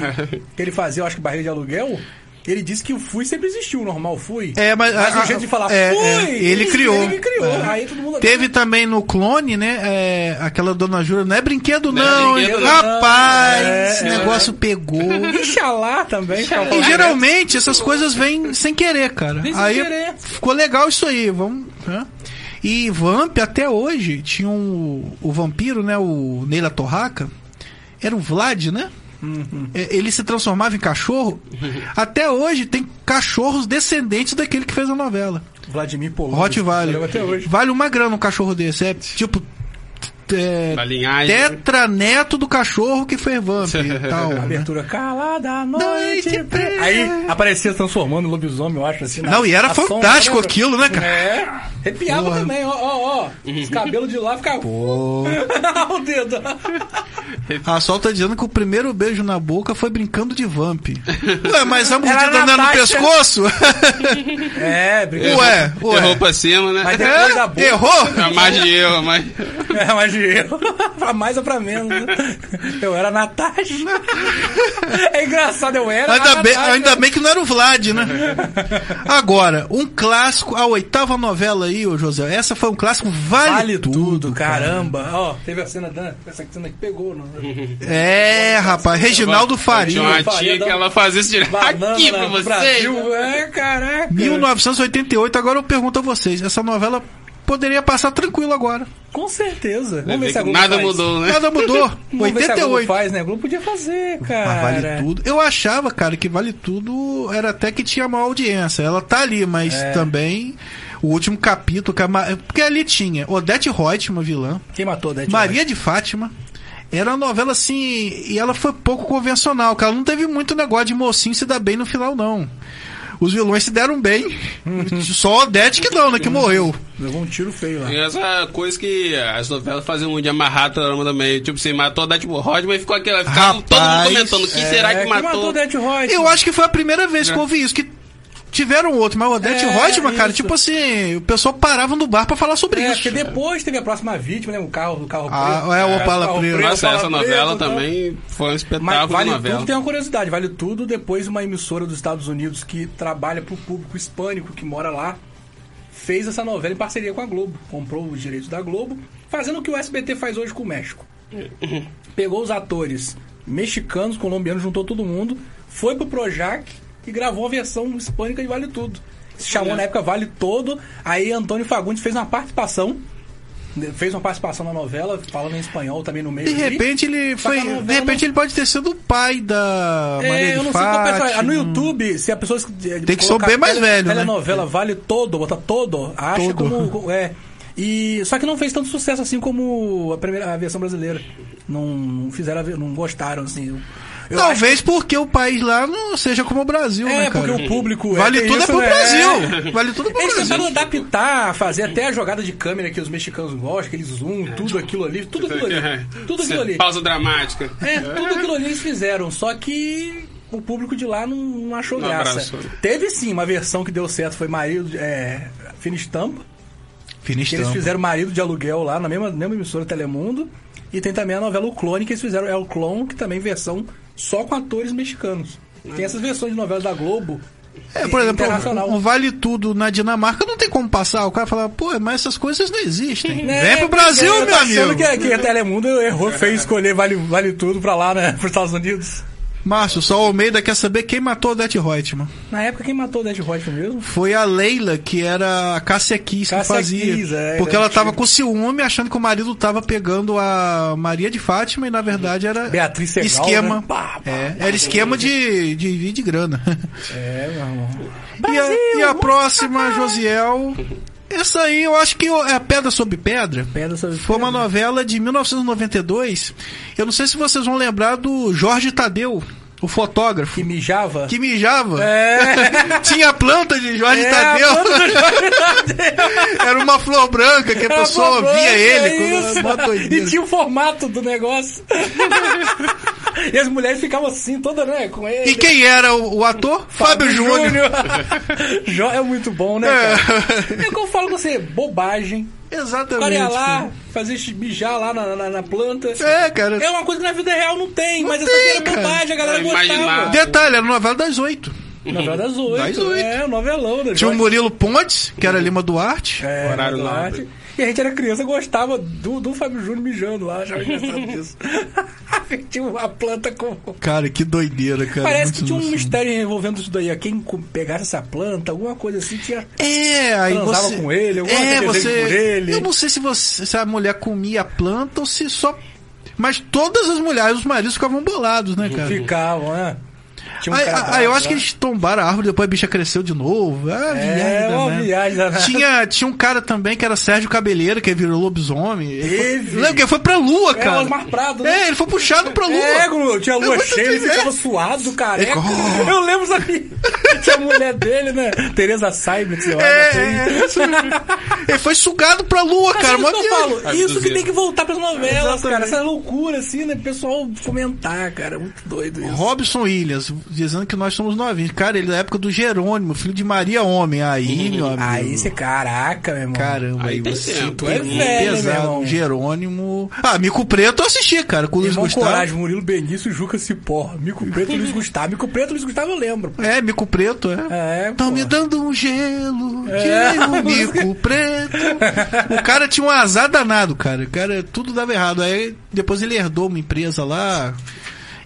que ele fazia, eu acho que barriga de aluguel. Ele disse que o Fui sempre existiu, o normal Fui.
É, mas-
o
a-
jeito de falar
é,
Fui!
é, ele criou.
Ele criou.
É.
Aí todo mundo...
Teve também no clone, né? é, aquela dona Jura, não é brinquedo,
Não é
não.
brinquedo,
hein?
não.
Rapaz,
É,
esse
é.
negócio pegou.
Inxalá também. cara.
E geralmente essas coisas vêm sem querer, cara.
Vem sem
aí
querer.
ficou legal isso aí, vamos. né? E Vamp até hoje tinha um, o vampiro, né? O Neila Torraca. Era o Vlad, né?
Uhum.
É, Ele se transformava em cachorro. Até hoje tem cachorros descendentes daquele que fez a novela.
Vladimir Polônio.
Rottweiler.
Lembro é Até hoje.
Vale uma grana um cachorro desse. É tipo é,
Da linhagem.
tetraneto do cachorro que foi vamp e tal. né?
Abertura calada à noite.
Noite preta.
Aí aparecia transformando em lobisomem, eu acho, assim. na-
Não, e era
a sombra,
fantástico
lembra?
aquilo, né, cara?
É, arrepiava
Porra.
também, ó, ó, ó. Os cabelos de lá ficavam. o dedo.
A Sol tá dizendo que o primeiro beijo na boca foi brincando de vamp. Ué, mas a
Era
mordida
na
não é no
taxa.
pescoço?
É, brincadeira.
Ué,
Errou
ué.
pra cima, né?
Mas
É?
depois da boca.
Errou?
É mais de erro, mas.
É, mas eu. pra mais ou pra menos. né? Eu era Natasha. É engraçado, eu era.
Ainda
a
bem,
Natasha.
ainda bem que não era o Vlad, né? Agora, um clássico, a oitava novela aí, ô José. Essa foi um clássico, vale,
Vale tudo,
tudo,
caramba. Ó, teve a cena da. Essa cena que pegou, não.
É, rapaz, Reginaldo
Tinha
Faria.
uma tia que ela fazia isso direto.
um Banana
Aqui pra
no
vocês.
Brasil. É, caraca.
1988, agora eu pergunto a vocês, essa novela poderia passar tranquilo agora.
Com certeza.
Quer
Vamos ver
dizer
se a
que
Globo
Nada
faz.
mudou, né?
Né, Nada mudou.
Vamos ver se a Globo
88.
faz, né? A Globo podia fazer, cara.
Ah, vale tudo. Eu achava, cara, que Vale Tudo era até que tinha maior audiência. Ela tá ali, mas
É.
também o último capítulo. que a Ma- Porque ali tinha Odete Reutemann, vilã.
Quem matou, né?
Maria de Fátima. Era uma novela assim. E ela foi pouco convencional, cara. Não teve muito negócio de mocinho se dar bem no final, não. Os vilões se deram bem.
Uhum.
Só Odete que não, né? Que morreu.
Levou um tiro feio lá.
E Essa coisa que as novelas faziam um muito de amarrar todo mundo também. Tipo, você matou a Dátimo Rodman e ficou aquela. Ficava todo mundo
Rapaz,
comentando. O que será
É,
que
quem
matou?
matou Dead Roy?
Eu acho que foi a primeira vez que eu ouvi isso. Que tiveram outro, mas Odete
É,
Reutemann, cara,
isso.
tipo assim, o pessoal parava no bar pra falar sobre
É, porque
isso.
depois teve a próxima vítima, né? O carro do carro
Ah,
preto.
é, o Opala
carro
preto.
Nossa,
Opala né?
essa novela
preto, tal.
também foi um espetáculo
Mas vale
de novela.
tudo, tem uma curiosidade, vale tudo. Depois uma emissora dos Estados Unidos que trabalha pro público hispânico que mora lá fez essa novela em parceria com a Globo, comprou os direitos da Globo, fazendo o que o SBT faz hoje com o México. Pegou os atores mexicanos, colombianos, juntou todo mundo, foi pro Projac e gravou a versão hispânica de Vale Tudo. Se chamou na época Vale Todo, aí Antônio Fagundes fez uma participação, fez uma participação na novela, falando em espanhol também no meio.
De
ali.
repente ele
Só
foi.
que a novela
De repente ele pode ter sido o pai da Maria
É, eu
de
não sei qual
Fátima.
pessoa. No YouTube, se a pessoa. Tem
que ser o bem mais velho, né?
Telenovela vale todo, bota todo, acha
Todo.
como. como- É. E, só que não fez tanto sucesso assim como a primeira a versão brasileira. Não, não fizeram, a ver- não gostaram, assim. Eu- eu acho-
Talvez porque o país lá não seja como o Brasil, né,
É,
cara?
porque o público. é,
Vale
tem
tudo é
isso,
pro
né?
Brasil! Vale tudo é pro
Eles tentaram
Brasil.
adaptar, fazer até a jogada de câmera que os mexicanos gostam, aquele zoom, tudo aquilo ali, tudo
tipo,
aquilo
é.
ali. Tudo aquilo ali.
Pausa dramática.
É, tudo aquilo ali eles fizeram, só que o público de lá não, não achou
Não
graça.
abraçou.
Teve sim uma versão que deu certo, foi marido, é, Finistampa, que eles
Finistão.
fizeram marido de aluguel lá na mesma, mesma emissora Telemundo. E tem também a novela O Clone, que eles fizeram é o Clone, que também versão só com atores mexicanos. Tem essas versões de novelas da Globo.
É, por exemplo,
internacional.
um vale tudo na Dinamarca não tem como passar. O cara fala, pô, mas essas coisas não existem.
É,
Vem pro Brasil,
eu tô
meu
achando
amigo!
Que, é- que a Telemundo errou, fez escolher vale, vale tudo pra lá, né? Pros Estados Unidos.
Márcio, só o Almeida quer saber quem matou Odete Reutemann.
Na época, quem matou o Dead Rock mesmo?
Foi a Leila, que era a Cássia Kiss que
Cássia
fazia.
Kiss, é,
porque
era
ela
antiga.
tava com ciúme, achando que o marido tava pegando a Maria de Fátima e na verdade era
Beatriz Segal,
esquema.
né? Pá, pá,
É, era esquema de, de, de grana.
É, meu amor.
e, a, e a próxima, Josiel. Essa aí eu acho que é Pedra sobre Pedra.
Pedra sobre
Foi uma
pedra.
novela de 1992. Eu não sei se vocês vão lembrar do Jorge Tadeu, o fotógrafo,
Que mijava?
que mijava.
É,
Tinha a planta de Jorge
é
Tadeu.
a planta do Jorge Tadeu.
Era uma flor branca que a
Era
pessoa
uma
via
planta,
ele.
é isso.
Quando, mó doideira.
E tinha o formato do negócio. e as mulheres ficavam assim, toda, né, com ele.
E quem era o, o ator? Fábio, Júnior.
Jó é muito bom, né, cara? É. como eu falo com você, bobagem. O cara ia
Exatamente.
lá, fazer xixi- mijar lá na, na- na planta.
É, cara.
É uma coisa que na vida real não tem, mas essa
tem,
aqui era
cara.
bobagem, a galera
É,
gostava.
imaginar.
Detalhe, era novela das oito.
Novela das oito.
Das oito.
É, novelão. Da
Tinha um o
Jorge
Murilo Pontes, que era Lima Duarte.
É,
Horário
Eduardo
nobre.
Duarte. E a gente era criança, gostava do, do Fábio Júnior mijando lá, achava engraçado disso. tinha uma planta com.
Cara, que doideira, cara.
Parece
muito
que tinha um
noção.
mistério envolvendo isso daí. ó. Quem co- pegasse essa planta, alguma coisa assim, tinha.
É, aí
Transava
você...
com ele, alguma
é,
coisa
você...
por ele.
Eu não sei se, você, se a mulher comia a planta ou se só... Mas todas as mulheres, os maridos ficavam bolados, né, cara?
Ficavam, né? Tinha
aí,
cara
aí Ah, eu
bravo
acho que
lá.
eles tombaram a árvore, depois a bicha cresceu de novo. Ah,
É,
viagem
uma
danada.
viagem né? danada.
Tinha, tinha um cara também que era Sérgio Cabeleiro, que virou lobisomem. Ele foi-
Teve.
Lembra que ele foi pra lua,
É,
cara?
Osmar Prado, né?
É, ele foi puxado pra lua.
É, Gru, tinha lua
muito
cheia, ele
triste,
ficava
é.
suado, careca.
Ele-
Eu lembro só que tinha a mulher dele, né? Tereza Saibert, sei lá.
É,
né?
é, é, isso mesmo. ele foi sugado pra lua,
Mas
cara.
é isso
Uma
que eu
viagem.
falo, isso que
Abduzir.
tem que voltar pras novelas,
Exatamente.
cara. Essa loucura, assim, né? O pessoal fomentar, cara. Muito doido isso.
Robson Williams, dizendo que nós somos novinhos. Cara, ele é da época do Jerônimo, filho de Maria Homem. Aí, meu amigo.
Aí você, caraca, meu irmão.
Caramba,
Aí
aí,
tem
você
tempo,
pegou
é
velho, né, meu irmão.
Jerônimo. Ah, Mico Preto eu assisti, cara, com o Luiz
Irmão
Gustavo.
Coragem, Murilo Benício, Juca Cipó. Mico Preto, Luiz Gustavo. Mico Preto, Luiz Gustavo, eu lembro.
É, Mico Preto, é.
É,
Tão
pô.
me dando um gelo,
É.
que nem um Mico Preto. O cara tinha um azar danado, cara. O cara, tudo dava errado. Aí depois ele herdou uma empresa lá.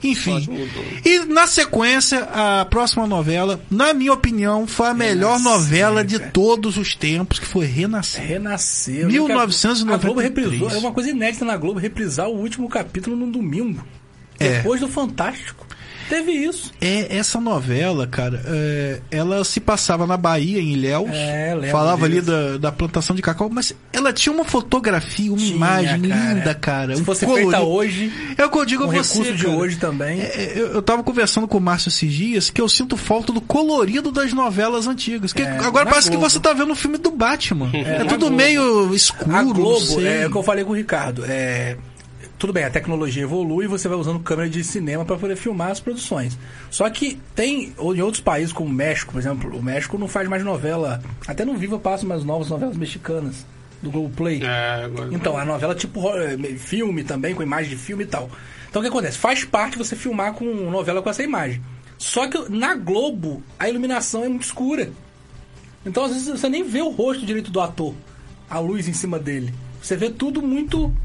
Enfim.
Só mudou.
E na sequência, a próxima novela, na minha opinião, foi a melhor
Renascer,
novela de
cara.
todos os tempos, que foi Renascer.
Renascer.
1993.
A Globo reprisou. É uma coisa inédita na Globo reprisar o último capítulo no domingo.
É.
Depois do Fantástico. Teve isso.
É, essa novela, cara, é, ela se passava na Bahia, em Ilhéus.
É, lembro
falava ali
disso.
da, da plantação de cacau, mas ela tinha uma fotografia, uma
Tinha,
imagem
cara.
linda, cara.
Se
um
fosse
colorido.
feita hoje,
É o que eu digo
com
a
o
você.
recurso de
cara.
hoje também.
É, Eu, eu tava conversando com o Márcio esses dias que eu sinto falta do colorido das novelas antigas. Que
É,
agora
na
parece
Globo.
que você tá vendo um filme do Batman. É,
na
tudo
Globo.
meio escuro.
A
não
Globo,
sei.
é, o que eu falei com o Ricardo, é, tudo bem, a tecnologia evolui, você vai usando câmera de cinema para poder filmar as produções. Só que tem, ou em outros países como o México, por exemplo, o México não faz mais novela, até no Viva passa mais novas novelas mexicanas do Globoplay.
É, agora.
Então, a novela tipo ro- eh, filme também, com imagem de filme e tal. Então, o que acontece? Faz parte você filmar com novela com essa imagem. Só que na Globo, a iluminação é muito escura. Então, às vezes, você nem vê o rosto direito do ator. A luz em cima dele. Você vê tudo muito...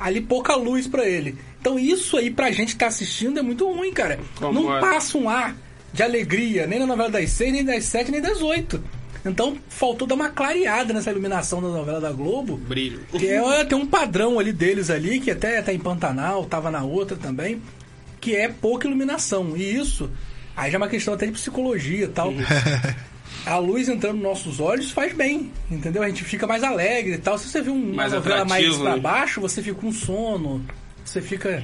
Ali, pouca luz pra ele. Então, isso aí, pra gente que tá assistindo, é muito ruim, cara.
Como
Não
é?
passa um ar de alegria, nem na novela das seis, nem das sete, nem das oito. Então, faltou dar uma clareada nessa iluminação da novela da Globo.
um Brilho.
Que
Uhum.
é, tem um padrão ali deles ali, que até tá em Pantanal, tava na outra também, que é pouca iluminação. E isso, aí já é uma questão até de psicologia e tal.
Uhum.
A luz entrando nos nossos olhos faz bem, entendeu? A gente fica mais alegre e tal. Se você vê um- uma
Mais
novela mais
atrativo,
pra
né?
baixo, você fica com sono, você fica...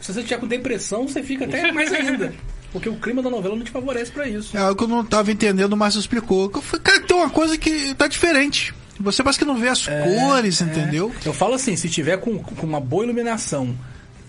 Se você tiver com depressão, você fica até mais ainda. Porque o clima da novela não te favorece pra isso.
É algo que eu não tava entendendo, o Márcio explicou. Eu falei, cara, tem uma coisa que tá diferente. Você parece que não vê as
É,
cores, entendeu?
Eu falo assim, se tiver com, com uma boa iluminação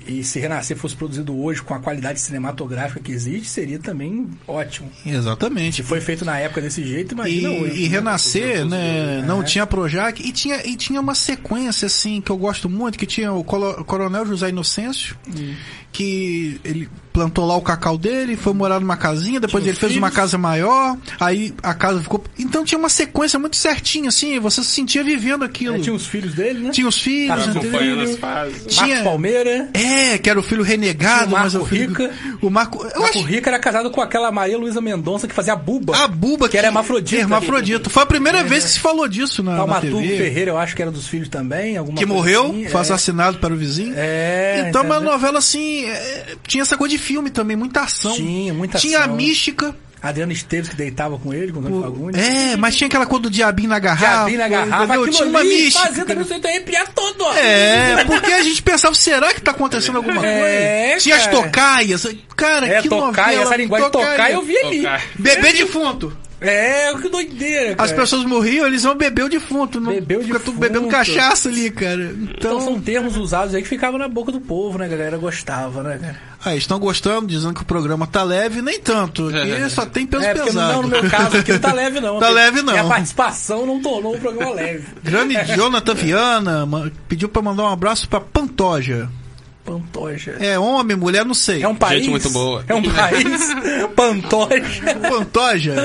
e se Renascer fosse produzido hoje com a qualidade cinematográfica que existe, seria também ótimo.
Exatamente.
Se foi feito na época desse jeito,
E,
imagina hoje.
e
né?
Renascer, né? Não tinha Projac. E tinha, e tinha uma sequência, assim, que eu gosto muito, que tinha o Colo- Coronel José Inocêncio,
Hum.
que ele plantou lá o cacau dele, foi morar numa casinha, depois
Tinha
ele fez
filhos.
uma casa maior, aí a casa ficou... Então tinha uma sequência muito certinha, assim, você se sentia vivendo aquilo.
Aí É, tinha
tinha,
os filhos dele, né?
os filhos,
Tava
entendeu?
Tá Acompanhando as fases.
Marcos
tinha-
Palmeira.
É, que era o filho renegado,
Tinha o
mas o
Marco
filho.
Rica.
O Marco. Eu
Marco
acho-
Rica era casado com aquela Maria Luísa Mendonça que fazia a buba.
a Buba é
que era hermafrodita.
Hermafrodita. Foi a primeira vez que se falou disso na, na
Calmaturgo
TV.
Ferreira, eu acho que era dos filhos também. Alguma
Que
coisa
morreu,
assim,
foi
é.
assassinado para o vizinho.
É,
Então, uma
entendeu?
novela assim. é, tinha essa coisa de filme também, muita ação.
Tinha, muita
Tinha
ação.
a mística.
Adriano Esteves que deitava com ele, com o Antônio Fagundes.
É, mas tinha aquela coisa do diabinho na garrafa.
Diabinho na garrafa,
entendeu?
aquilo
Tinha uma
ali,
mística.
fazendo também o seu arrepiar todo. ó.
É, porque a gente pensava, será que tá acontecendo alguma coisa?
É,
tinha as
cara.
tocaias. Cara,
É,
que
tocar,
novela.
essa linguagem de tocar eu vi ali.
Tocar.
Bebê defunto.
É, que doideira, cara.
As pessoas morriam, eles vão beber o defunto. Não,
Beber o
fica
defunto.
tudo bebendo cachaça ali, cara.
Então
Então,
são termos usados aí que ficavam na boca do povo, né? A galera gostava, né, cara?
ah, estão gostando, dizendo que o programa tá leve, nem tanto. Aqui só tem peso
É, porque
pesado.
não, no meu caso aqui não tá leve, não.
Tá
Porque
leve, não.
Minha participação não tornou o programa leve.
Grande Jonathan Viana ma- pediu pra mandar um abraço pra Pantoja.
Pantoja. É,
É homem, mulher, não sei.
um país.
muito boa.
É um país. Pantoja.
Pantoja.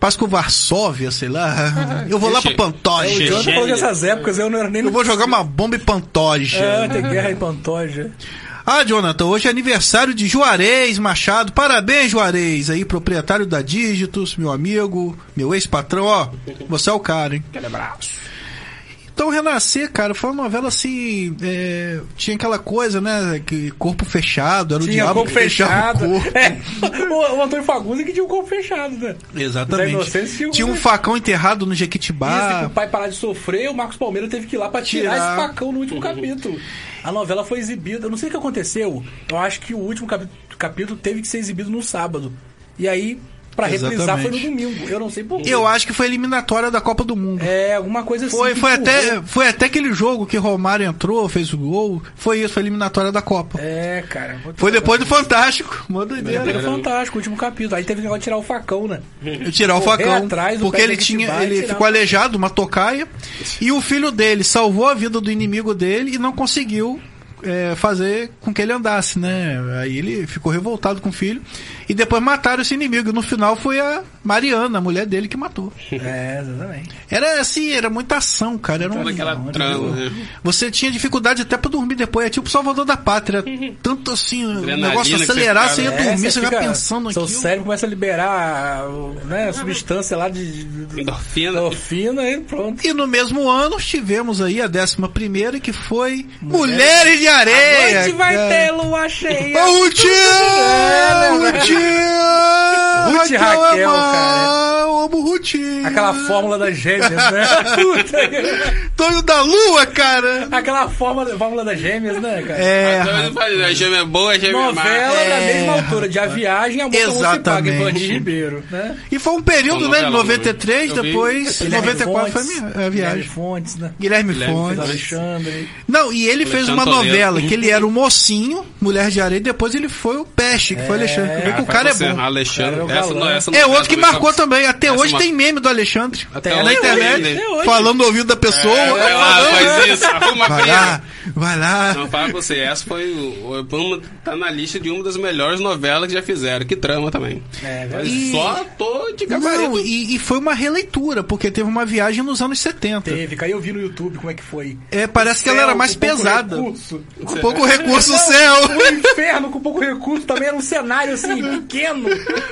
Pasco Varsóvia, sei lá. Eu vou lá pra
É O
Pantoja.
Chechênia.
Jonathan falou que essas épocas eu não era nem.
Eu vou jogar uma bomba em
É,
Pantoja.
tem guerra em Pantoja.
Ah, Jonathan, hoje é aniversário de Juarez Machado. Parabéns, Juarez, aí, proprietário da Dígitos, meu amigo, meu ex-patrão, ó. Você é o cara, hein?
Aquele abraço.
Então, Renascer, cara, foi uma novela assim. é, tinha aquela coisa, né? Que corpo fechado, era o
Tinha
diabo
corpo
que fechava
fechado.
o corpo.
É, o, o Antônio Fagundes que tinha o corpo fechado, né? Zé Inocêncio
Exatamente.
tinha um-
Tinha um facão enterrado no
Dizem que o
Jequitibá.
pai parar de sofrer, o Marcos Palmeira teve que ir lá pra tirar,
Ah. Tirar.
esse facão no último capítulo. A novela foi exibida, eu não sei o que aconteceu, eu acho que o último capi- capítulo teve que ser exibido no sábado. E aí, pra reprisar, foi no
Exatamente.
domingo. Eu não sei porquê.
Eu acho que foi a eliminatória da Copa do Mundo.
É, alguma coisa assim.
Foi,
que
foi,
empurrou.
até, foi até aquele jogo que Romário entrou, fez o gol. Foi isso, foi a eliminatória da Copa.
É, cara. vou-
Foi depois do Fantástico. Uma doideira.
Era fantástico, o último capítulo. Aí teve que negócio de tirar o facão, né?
Eu tirar o
Correr
facão.
atrás do
porque
pé
ele
que
tinha.
vai
Ele
tirar.
ficou aleijado, uma tocaia. E o filho dele salvou a vida do inimigo dele e não conseguiu. é, fazer com que ele andasse, né? Aí ele ficou revoltado com o filho. E depois mataram esse inimigo. E no final foi a Mariana, a mulher dele, que matou.
É, exatamente.
Era assim, era muita ação, cara. Era um,
Toda aquela
não, era-
trama, né?
Você tinha dificuldade até pra dormir depois. É tipo Salvador da Pátria. Tanto assim,
Adrenalina
o negócio
que você
acelerar,
fica-
você ia
É,
dormir, você
fica-
ia pensando Ah,
Seu
aquilo.
cérebro começa a liberar né, substância lá de. de-
Endorfina.
Endorfina e pronto.
E no mesmo ano tivemos aí a décima primeira que foi Mulheres de Areia.
Hoje vai
cara.
ter lua cheia.
Ô, O tio!
É, né?
O tio!
Ruth e Raquel, cara.
Eu amo o Ruth.
Aquela fórmula das gêmeas, né? Puta que-
Tonho da Lua, cara.
Aquela fórmula, fórmula das gêmeas, né, cara?
É,
Então, eu falei, a gêmea é boa, a gêmea é má.
Novela da
É,
mesma altura, de A Viagem, é a Moça Não Se Paga,
Exatamente.
Ivanir Ribeiro, né?
e foi um período,
Uma
né?
novela,
De 93,
eu vi.
depois
Guilherme
94 foi a
Fontes,
minha- é a
Guilherme
viagem.
Fontes, né?
Guilherme,
Guilherme
Fontes.
Alexandre.
Não, e ele fez uma
Toledo.
novela que ele era o mocinho, Mulher de Areia, e depois ele foi o Peste, que foi o Alexandre. Vê que o cara é
Ah, Você,
bom.
Alexandre,
Cara, é o
essa, não,
galã.
essa
É
novela
outro que
também
marcou
só-
também. Até
essa é
hoje
uma-
tem meme do Alexandre. É
Até
na
hoje,
internet,
até
hoje.
falando do ouvido da pessoa.
É,
né?
Vai lá, faz isso, arruma
vai
a
lá, vai lá.
Não, fala pra você, essa foi. o- o- Vamos tá na lista de uma das melhores novelas que já fizeram. Que trama também.
É,
Mas
E-
Só tô de gabarito.
Não, e, e foi uma releitura, porque teve uma viagem nos anos 70.
Teve, cara. Eu vi no YouTube como é que foi.
É, parece que ela
Céu
era mais
com pouco
pesada.
recurso.
Com pouco recurso o céu.
O inferno com pouco recurso também era um cenário assim, pequeno.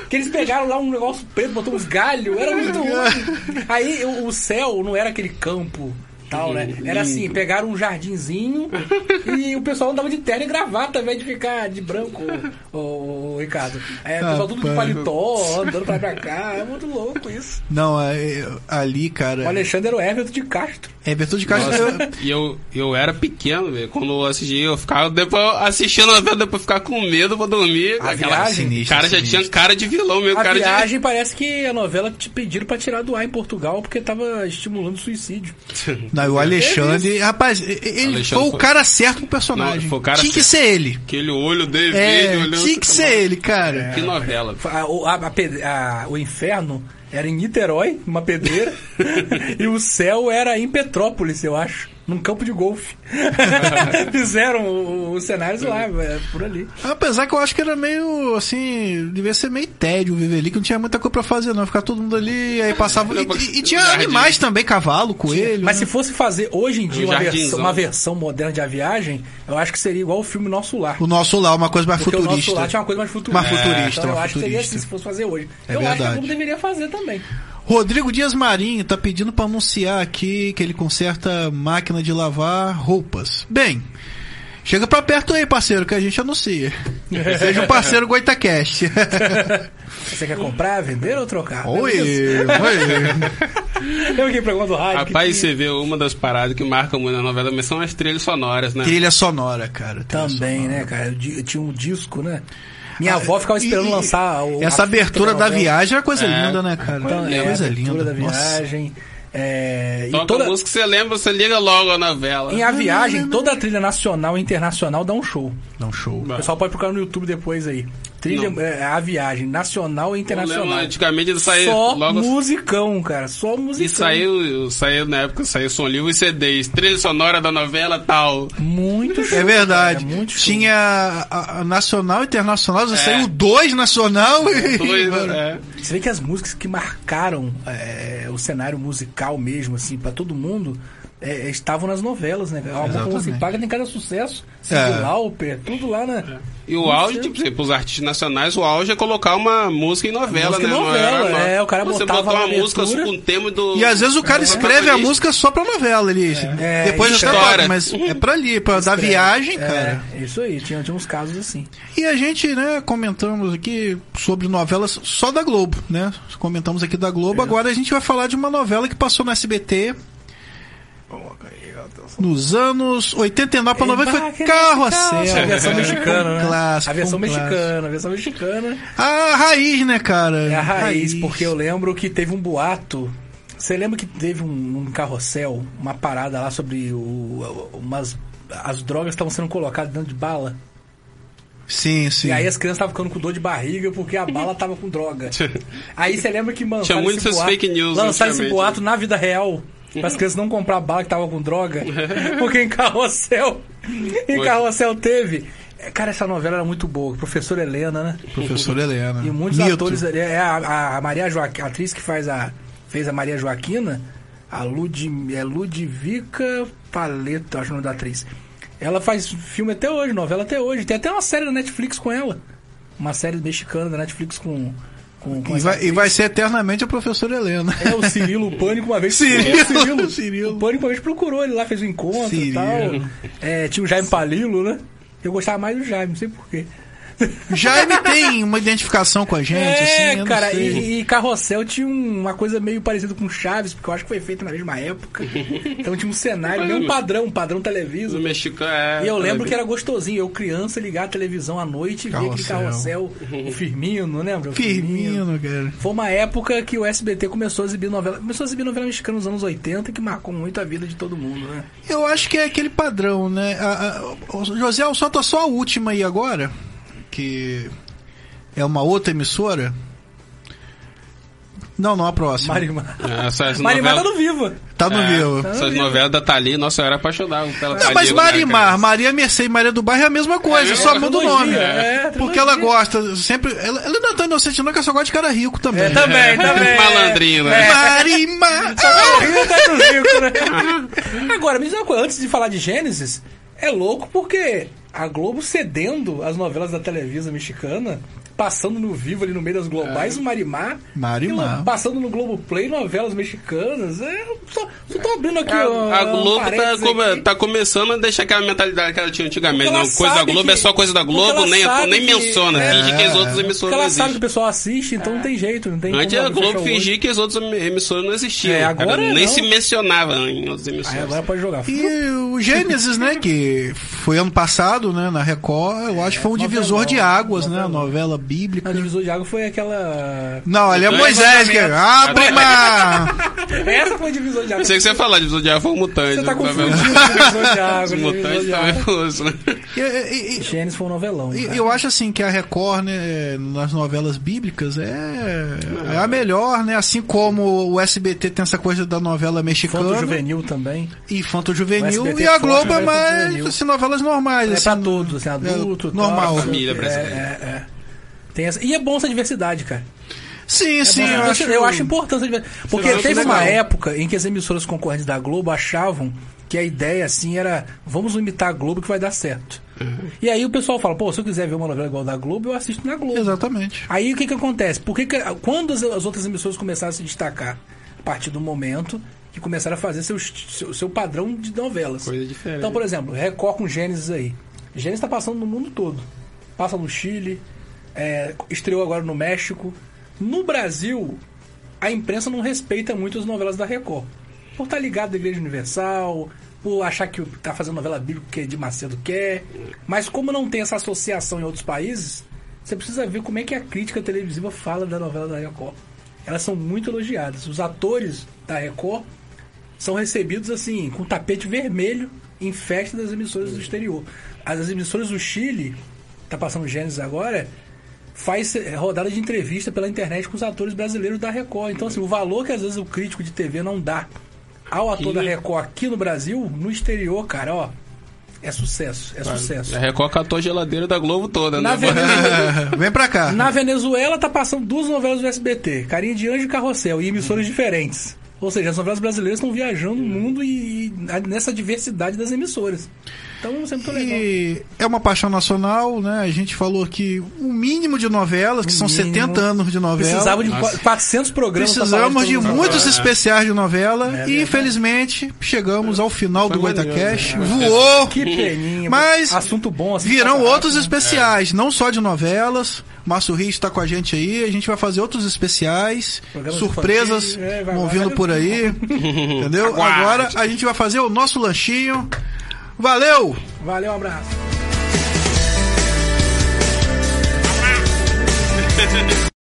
Que eles pegaram lá um negócio preto, botou uns galhos, era muito ruim. Aí o, o céu não era aquele campo. Tal, né? Era assim, pegaram um jardinzinho e o pessoal andava de terno e gravata, ao invés de ficar de branco, ô, ô, ô, Ricardo. É, o pessoal tudo de
Rapaz.
paletó, andando pra, pra cá, é muito louco isso.
Não, é- ali, cara.
O Alexandre era o Everton de Castro.
É Bertoldo de Castro. eu-
E eu, eu era pequeno, velho. Quando eu assisti, eu ficava. Depois eu assistia a novela, depois eu ficava com medo pra dormir.
A
Ah,
Aquela
viagem?
Sinistra,
cara já
sinistra.
tinha cara de vilão mesmo,
A
cara
viagem parece que a novela te pediram pra tirar do ar em Portugal porque tava estimulando suicídio.
de.
Não, o Alexandre. Rapaz, e- e- ele
Alexandre
foi o
foi-
cara certo pro personagem.
Não, foi o cara
tinha que
certo.
ser ele.
Aquele olho dele,
É,
olhando. assim,
tinha que ser ele, cara.
Que novela.
A- o- a- a pe- a- o inferno era em Niterói, numa pedreira, e o céu era em Petrópolis, eu acho, num campo de golfe. Fizeram o- o- os cenários lá, é, por ali.
Apesar que eu acho que era meio, assim, devia ser meio tédio viver ali, que não tinha muita coisa pra fazer, não. Ficar todo mundo ali, aí passava. E, e- e tinha animais também, cavalo, coelho.
Mas
né?
se fosse fazer hoje em dia
Um
uma versão,
jardinzão.
uma versão moderna de A Viagem, eu acho que seria igual o filme Nosso Lar.
O nosso lá, uma coisa mais
Porque o nosso
futurista.
lar tinha uma coisa mais futurista.
Mais futurista,
Então eu
mais
acho que seria
futurista.
assim se fosse fazer hoje.
É
eu acho que a
verdade.
Globo deveria fazer também.
Rodrigo Dias Marinho tá pedindo pra anunciar aqui que ele conserta máquina de lavar roupas. Bem, chega pra perto aí, parceiro, que a gente anuncia. Seja um parceiro Goitacast.
Você quer comprar, vender ou trocar?
oi, oi.
Eu aqui pra do rádio.
Rapaz,
que...
você vê uma das paradas que marca muito na novela, mas são as trilhas sonoras, né?
Trilha sonora, cara. trilha
Também, né, cara? Eu, di- eu tinha um disco, né? Minha avó ficava esperando
Ah, E- e
lançar o,
Essa
a fita
abertura da
novela.
viagem era coisa
É.
linda, né, cara?
Então, é,
coisa
a
linda.
abertura da
Nossa.
viagem. É,
Toca
e toda,
a música que você lembra, você liga logo a novela.
em A Viagem, toda a trilha nacional e internacional dá um show.
Não, show.
O pessoal pode procurar no YouTube depois aí. Trilha,
É. Não.
é, A Viagem, nacional e
Eu lembro,
internacional.
antigamente saiu
Só
logo. assim,
musicão, cara. Só musicão.
E saiu, saiu na época, saiu som livre e CDs. Trilha sonora da novela tal.
Muito show,
É verdade.
cara, muito show.
Tinha a, a nacional, internacional, já
É.
saiu dois nacional e.
Dois,
né?
é.
Você vê que as músicas que marcaram é, o cenário musical mesmo, assim, pra todo mundo, é, estavam nas novelas, né? velho? A Boca Não Se
Exatamente.
Paga tem cada sucesso.
É.
Cid Lauper, tudo lá, né?
E o auge, tipo, por exemplo, os artistas nacionais, o auge é colocar uma música em novela,
Música em
né? Não
novela,
era-
é, o cara
Você
botava
botou
na
uma música assim
abertura.
com o tema do.
E às vezes o cara
do
escreve a
protagonista.
música só pra novela, ele.
É,
Depois até
história.
bota, mas é pra ali, pra dar viagem, cara.
É, isso aí, tinha, tinha uns casos assim.
E a gente, né, comentamos aqui sobre novelas só da Globo, né? Comentamos aqui da Globo.
É.
Agora a gente vai falar de uma novela que passou no SBT.
tá
Nos anos 89 para 90 foi Carro a
A versão
Céu.
mexicana, né?
Um clássico,
a versão
um clássico.
mexicana, a versão mexicana.
A raiz, né, cara?
É a raiz, porque eu lembro que teve um boato. Você lembra que teve um, um carrossel, uma parada lá sobre o, o- umas. As drogas estavam sendo colocadas dentro de bala.
Sim, sim.
E aí assim, as crianças estavam ficando com dor de barriga porque a bala tava com droga. Aí você lembra que mano,
Tinha muito essas fake news
Lançaram
antigamente,
esse
né?
boato na vida real. Para as crianças não comprar bala que tava com droga. Porque em carrossel. Em
Foi.
carrossel teve. É, Cara, essa novela era muito boa. Professora Helena, né?
Professora Helena.
E muitos
Uhum. Mito.
atores ali. É a, a Maria Joaquina, a atriz que faz a, fez a Maria Joaquina, a Lud, é Ludivica Paleto, acho o nome da atriz. Ela faz filme até hoje, novela até hoje. Tem até uma série da Netflix com ela. Uma série mexicana da Netflix com. com, com
E
essa
vai, e
atriz.
vai ser eternamente a professora Helena.
É o Cirilo o Pânico uma vez É
Cirilo,
o Cirilo,
Cirilo.
O Pânico uma vez procurou, ele lá fez um encontro e
Cirilo.
tal. É, tinha o Jaime Palilo, né? Eu gostava mais do Jaime, não sei porquê.
Jaime tem uma identificação com a gente, assim. eu
É,
não
cara,
sei.
e, e Carrossel tinha um- uma coisa meio parecida com Chaves, porque eu acho que foi feito na mesma época. Então tinha um cenário, meio um padrão, um padrão
Do
televiso.
mexicano, é.
E eu lembro
Televisão.
que era gostosinho, eu criança ligar a televisão à noite e ver aquele
Carrossel.
carrossel, o Firmino, lembra? O
Firmino, cara.
Foi uma época que o SBT começou a exibir novela. Começou a exibir novela mexicana nos anos 80, que marcou muito a vida de todo mundo, né?
Eu acho que é aquele padrão, né? A, a, o José, solta só a última aí agora, que é uma outra emissora. Não, não, a próxima.
Marimar.
É, Essas
Marimar tá
novelas.
no vivo.
Tá
É.
no vivo.
Essas novelas da Thalia, nossa, eu era apaixonado pela
Não, mas
Thalia, né,
Marimar,
cara?
Maria Mercê e Maria do Bairro é a mesma coisa,
É,
só
é
muda o
trilogia,
nome.
é,
porque
trilogia.
ela gosta, sempre. Ela, ela não é tão inocente, não, que ela só gosta de cara rico também.
É,
É.
Também, também.
É,
É,
Malandrinho, né?
Marimar!
O Rio tá no rico, né? Agora, me diz uma coisa, antes de falar de Gênesis, é louco porque a Globo cedendo as novelas da Televisa mexicana, passando no vivo ali no meio das globais, o Marimar.
É. Marimar.
e Passando no Globo Play, novelas mexicanas. É, só, só tô abrindo aqui.
É, A,
ó,
a Globo tá,
parênteses
come-
aqui.
tá começando a deixar aquela mentalidade que ela tinha antigamente.
Porque ela
Não, coisa da
sabe
Globo
que-
é só coisa da
porque ela
Globo, nem,
sabe
nem
que-
menciona.
é.
Finge que as outras
Porque
emissoras não
ela sabe que
existem.
o pessoal assiste, então não tem jeito, não tem
É. Antes
como
a
fechar
Globo
o olho.
fingia que as outras em- emissoras não existiam.
É, agora
cara. Nem
não.
se mencionava em outras
Aí
emissoras.
agora pode jogar.
E o Gênesis, né, que foi ano passado, né, na Record, eu acho que foi um divisor de
novelão,
águas, né, a
novelão.
novela bíblica.
A divisor de água foi aquela.
Não, ali é Ah,
Então,
Moisés,
é
cara. Abre uma...
Essa foi a divisor de água.
Pensei que você ia falar de Zodiaco, foi o Mutante.
Você tá
né?
confundindo
Tá
o divisor de
vendo?
água,
Os
o divisor
Mutantes
de água.
também foi isso, né?
E- e- e-
Gênesis foi um novelão.
e-
cara.
eu acho assim que a Record, né, nas novelas bíblicas, é, é a melhor, né? Assim como o SBT tem essa coisa da novela
Fanto
mexicana,
juvenil também.
Infanto
O
Juvenil,
SBT
e a
é forte,
Globo é
né, Infanto
mais
Juvenil.
assim, novelas normais.
É
assim,
pra todos, assim, adulto,
é,
tal.
normal.
Família brasileira.
É, é, é. Tem essa... E é bom essa diversidade, cara.
Sim,
É
sim,
bom,
eu acho,
eu acho importante. essa diversidade. Porque
Eu acho
teve
legal.
uma época em que as emissoras concorrentes da Globo achavam que a ideia assim era vamos imitar a Globo que vai dar certo.
Uhum.
E aí o pessoal fala, pô, se eu quiser ver uma novela igual da Globo, eu assisto na Globo.
Exatamente.
Aí o que que acontece? Por que que- quando as, as outras emissoras começaram a se destacar? A partir do momento que começaram a fazer seu, seu, seu padrão de novelas.
Coisa diferente.
Então, por exemplo, Record com Gênesis aí. Gênesis tá passando no mundo todo. Passa no Chile, é, estreou agora no México. No Brasil, a imprensa não respeita muito as novelas da Record. Por estar ligado à Igreja Universal, por achar que tá fazendo novela bíblica que de Macedo quer. Mas como não tem essa associação em outros países, você precisa ver como é que a crítica televisiva fala da novela da Record. Elas são muito elogiadas. Os atores da Record são recebidos assim, com tapete vermelho em festa das emissoras do exterior. As, as emissoras do Chile, tá passando Gênesis agora, faz eh, rodada de entrevista pela internet com os atores brasileiros da Record. Então, assim, o valor que às vezes o crítico de TV não dá ao ator
Aqui-
da Record aqui no Brasil, no exterior, cara, ó, é sucesso, é sucesso.
A Record catou a geladeira da Globo toda,
Na
né?
Venezuela,
Vem pra cá.
na Venezuela tá passando duas novelas do SBT, Carinha de Anjo e Carrossel, e emissoras diferentes. Ou seja, as novelas brasileiras estão viajando o mundo e, e a- nessa diversidade das emissoras. Então é sempre tão legal.
E é uma paixão nacional, né? A gente falou que o mínimo de novelas, que são
mínimo.
70 anos de novela.
Precisava de
Nossa.
qua- 400 programas pra falar
Precisamos de
todos os
muitos
É.
especiais de novela
É
e
verdade.
infelizmente chegamos ao final
Foi
do Goita
maneiro,
Cash.
né?
Voou!
É. Que peninha.
Mas
assunto bom. assim,
Virão
passa
outros
rápido, né?
especiais, não só de novelas. Márcio Rios está com a gente aí, a gente vai fazer outros especiais,
Programa de
surpresas
família, é, vai
vão
lá,
vindo
vai
por aí. entendeu?
Aguarde.
Agora a gente vai fazer o nosso lanchinho. Valeu!
Valeu, um abraço.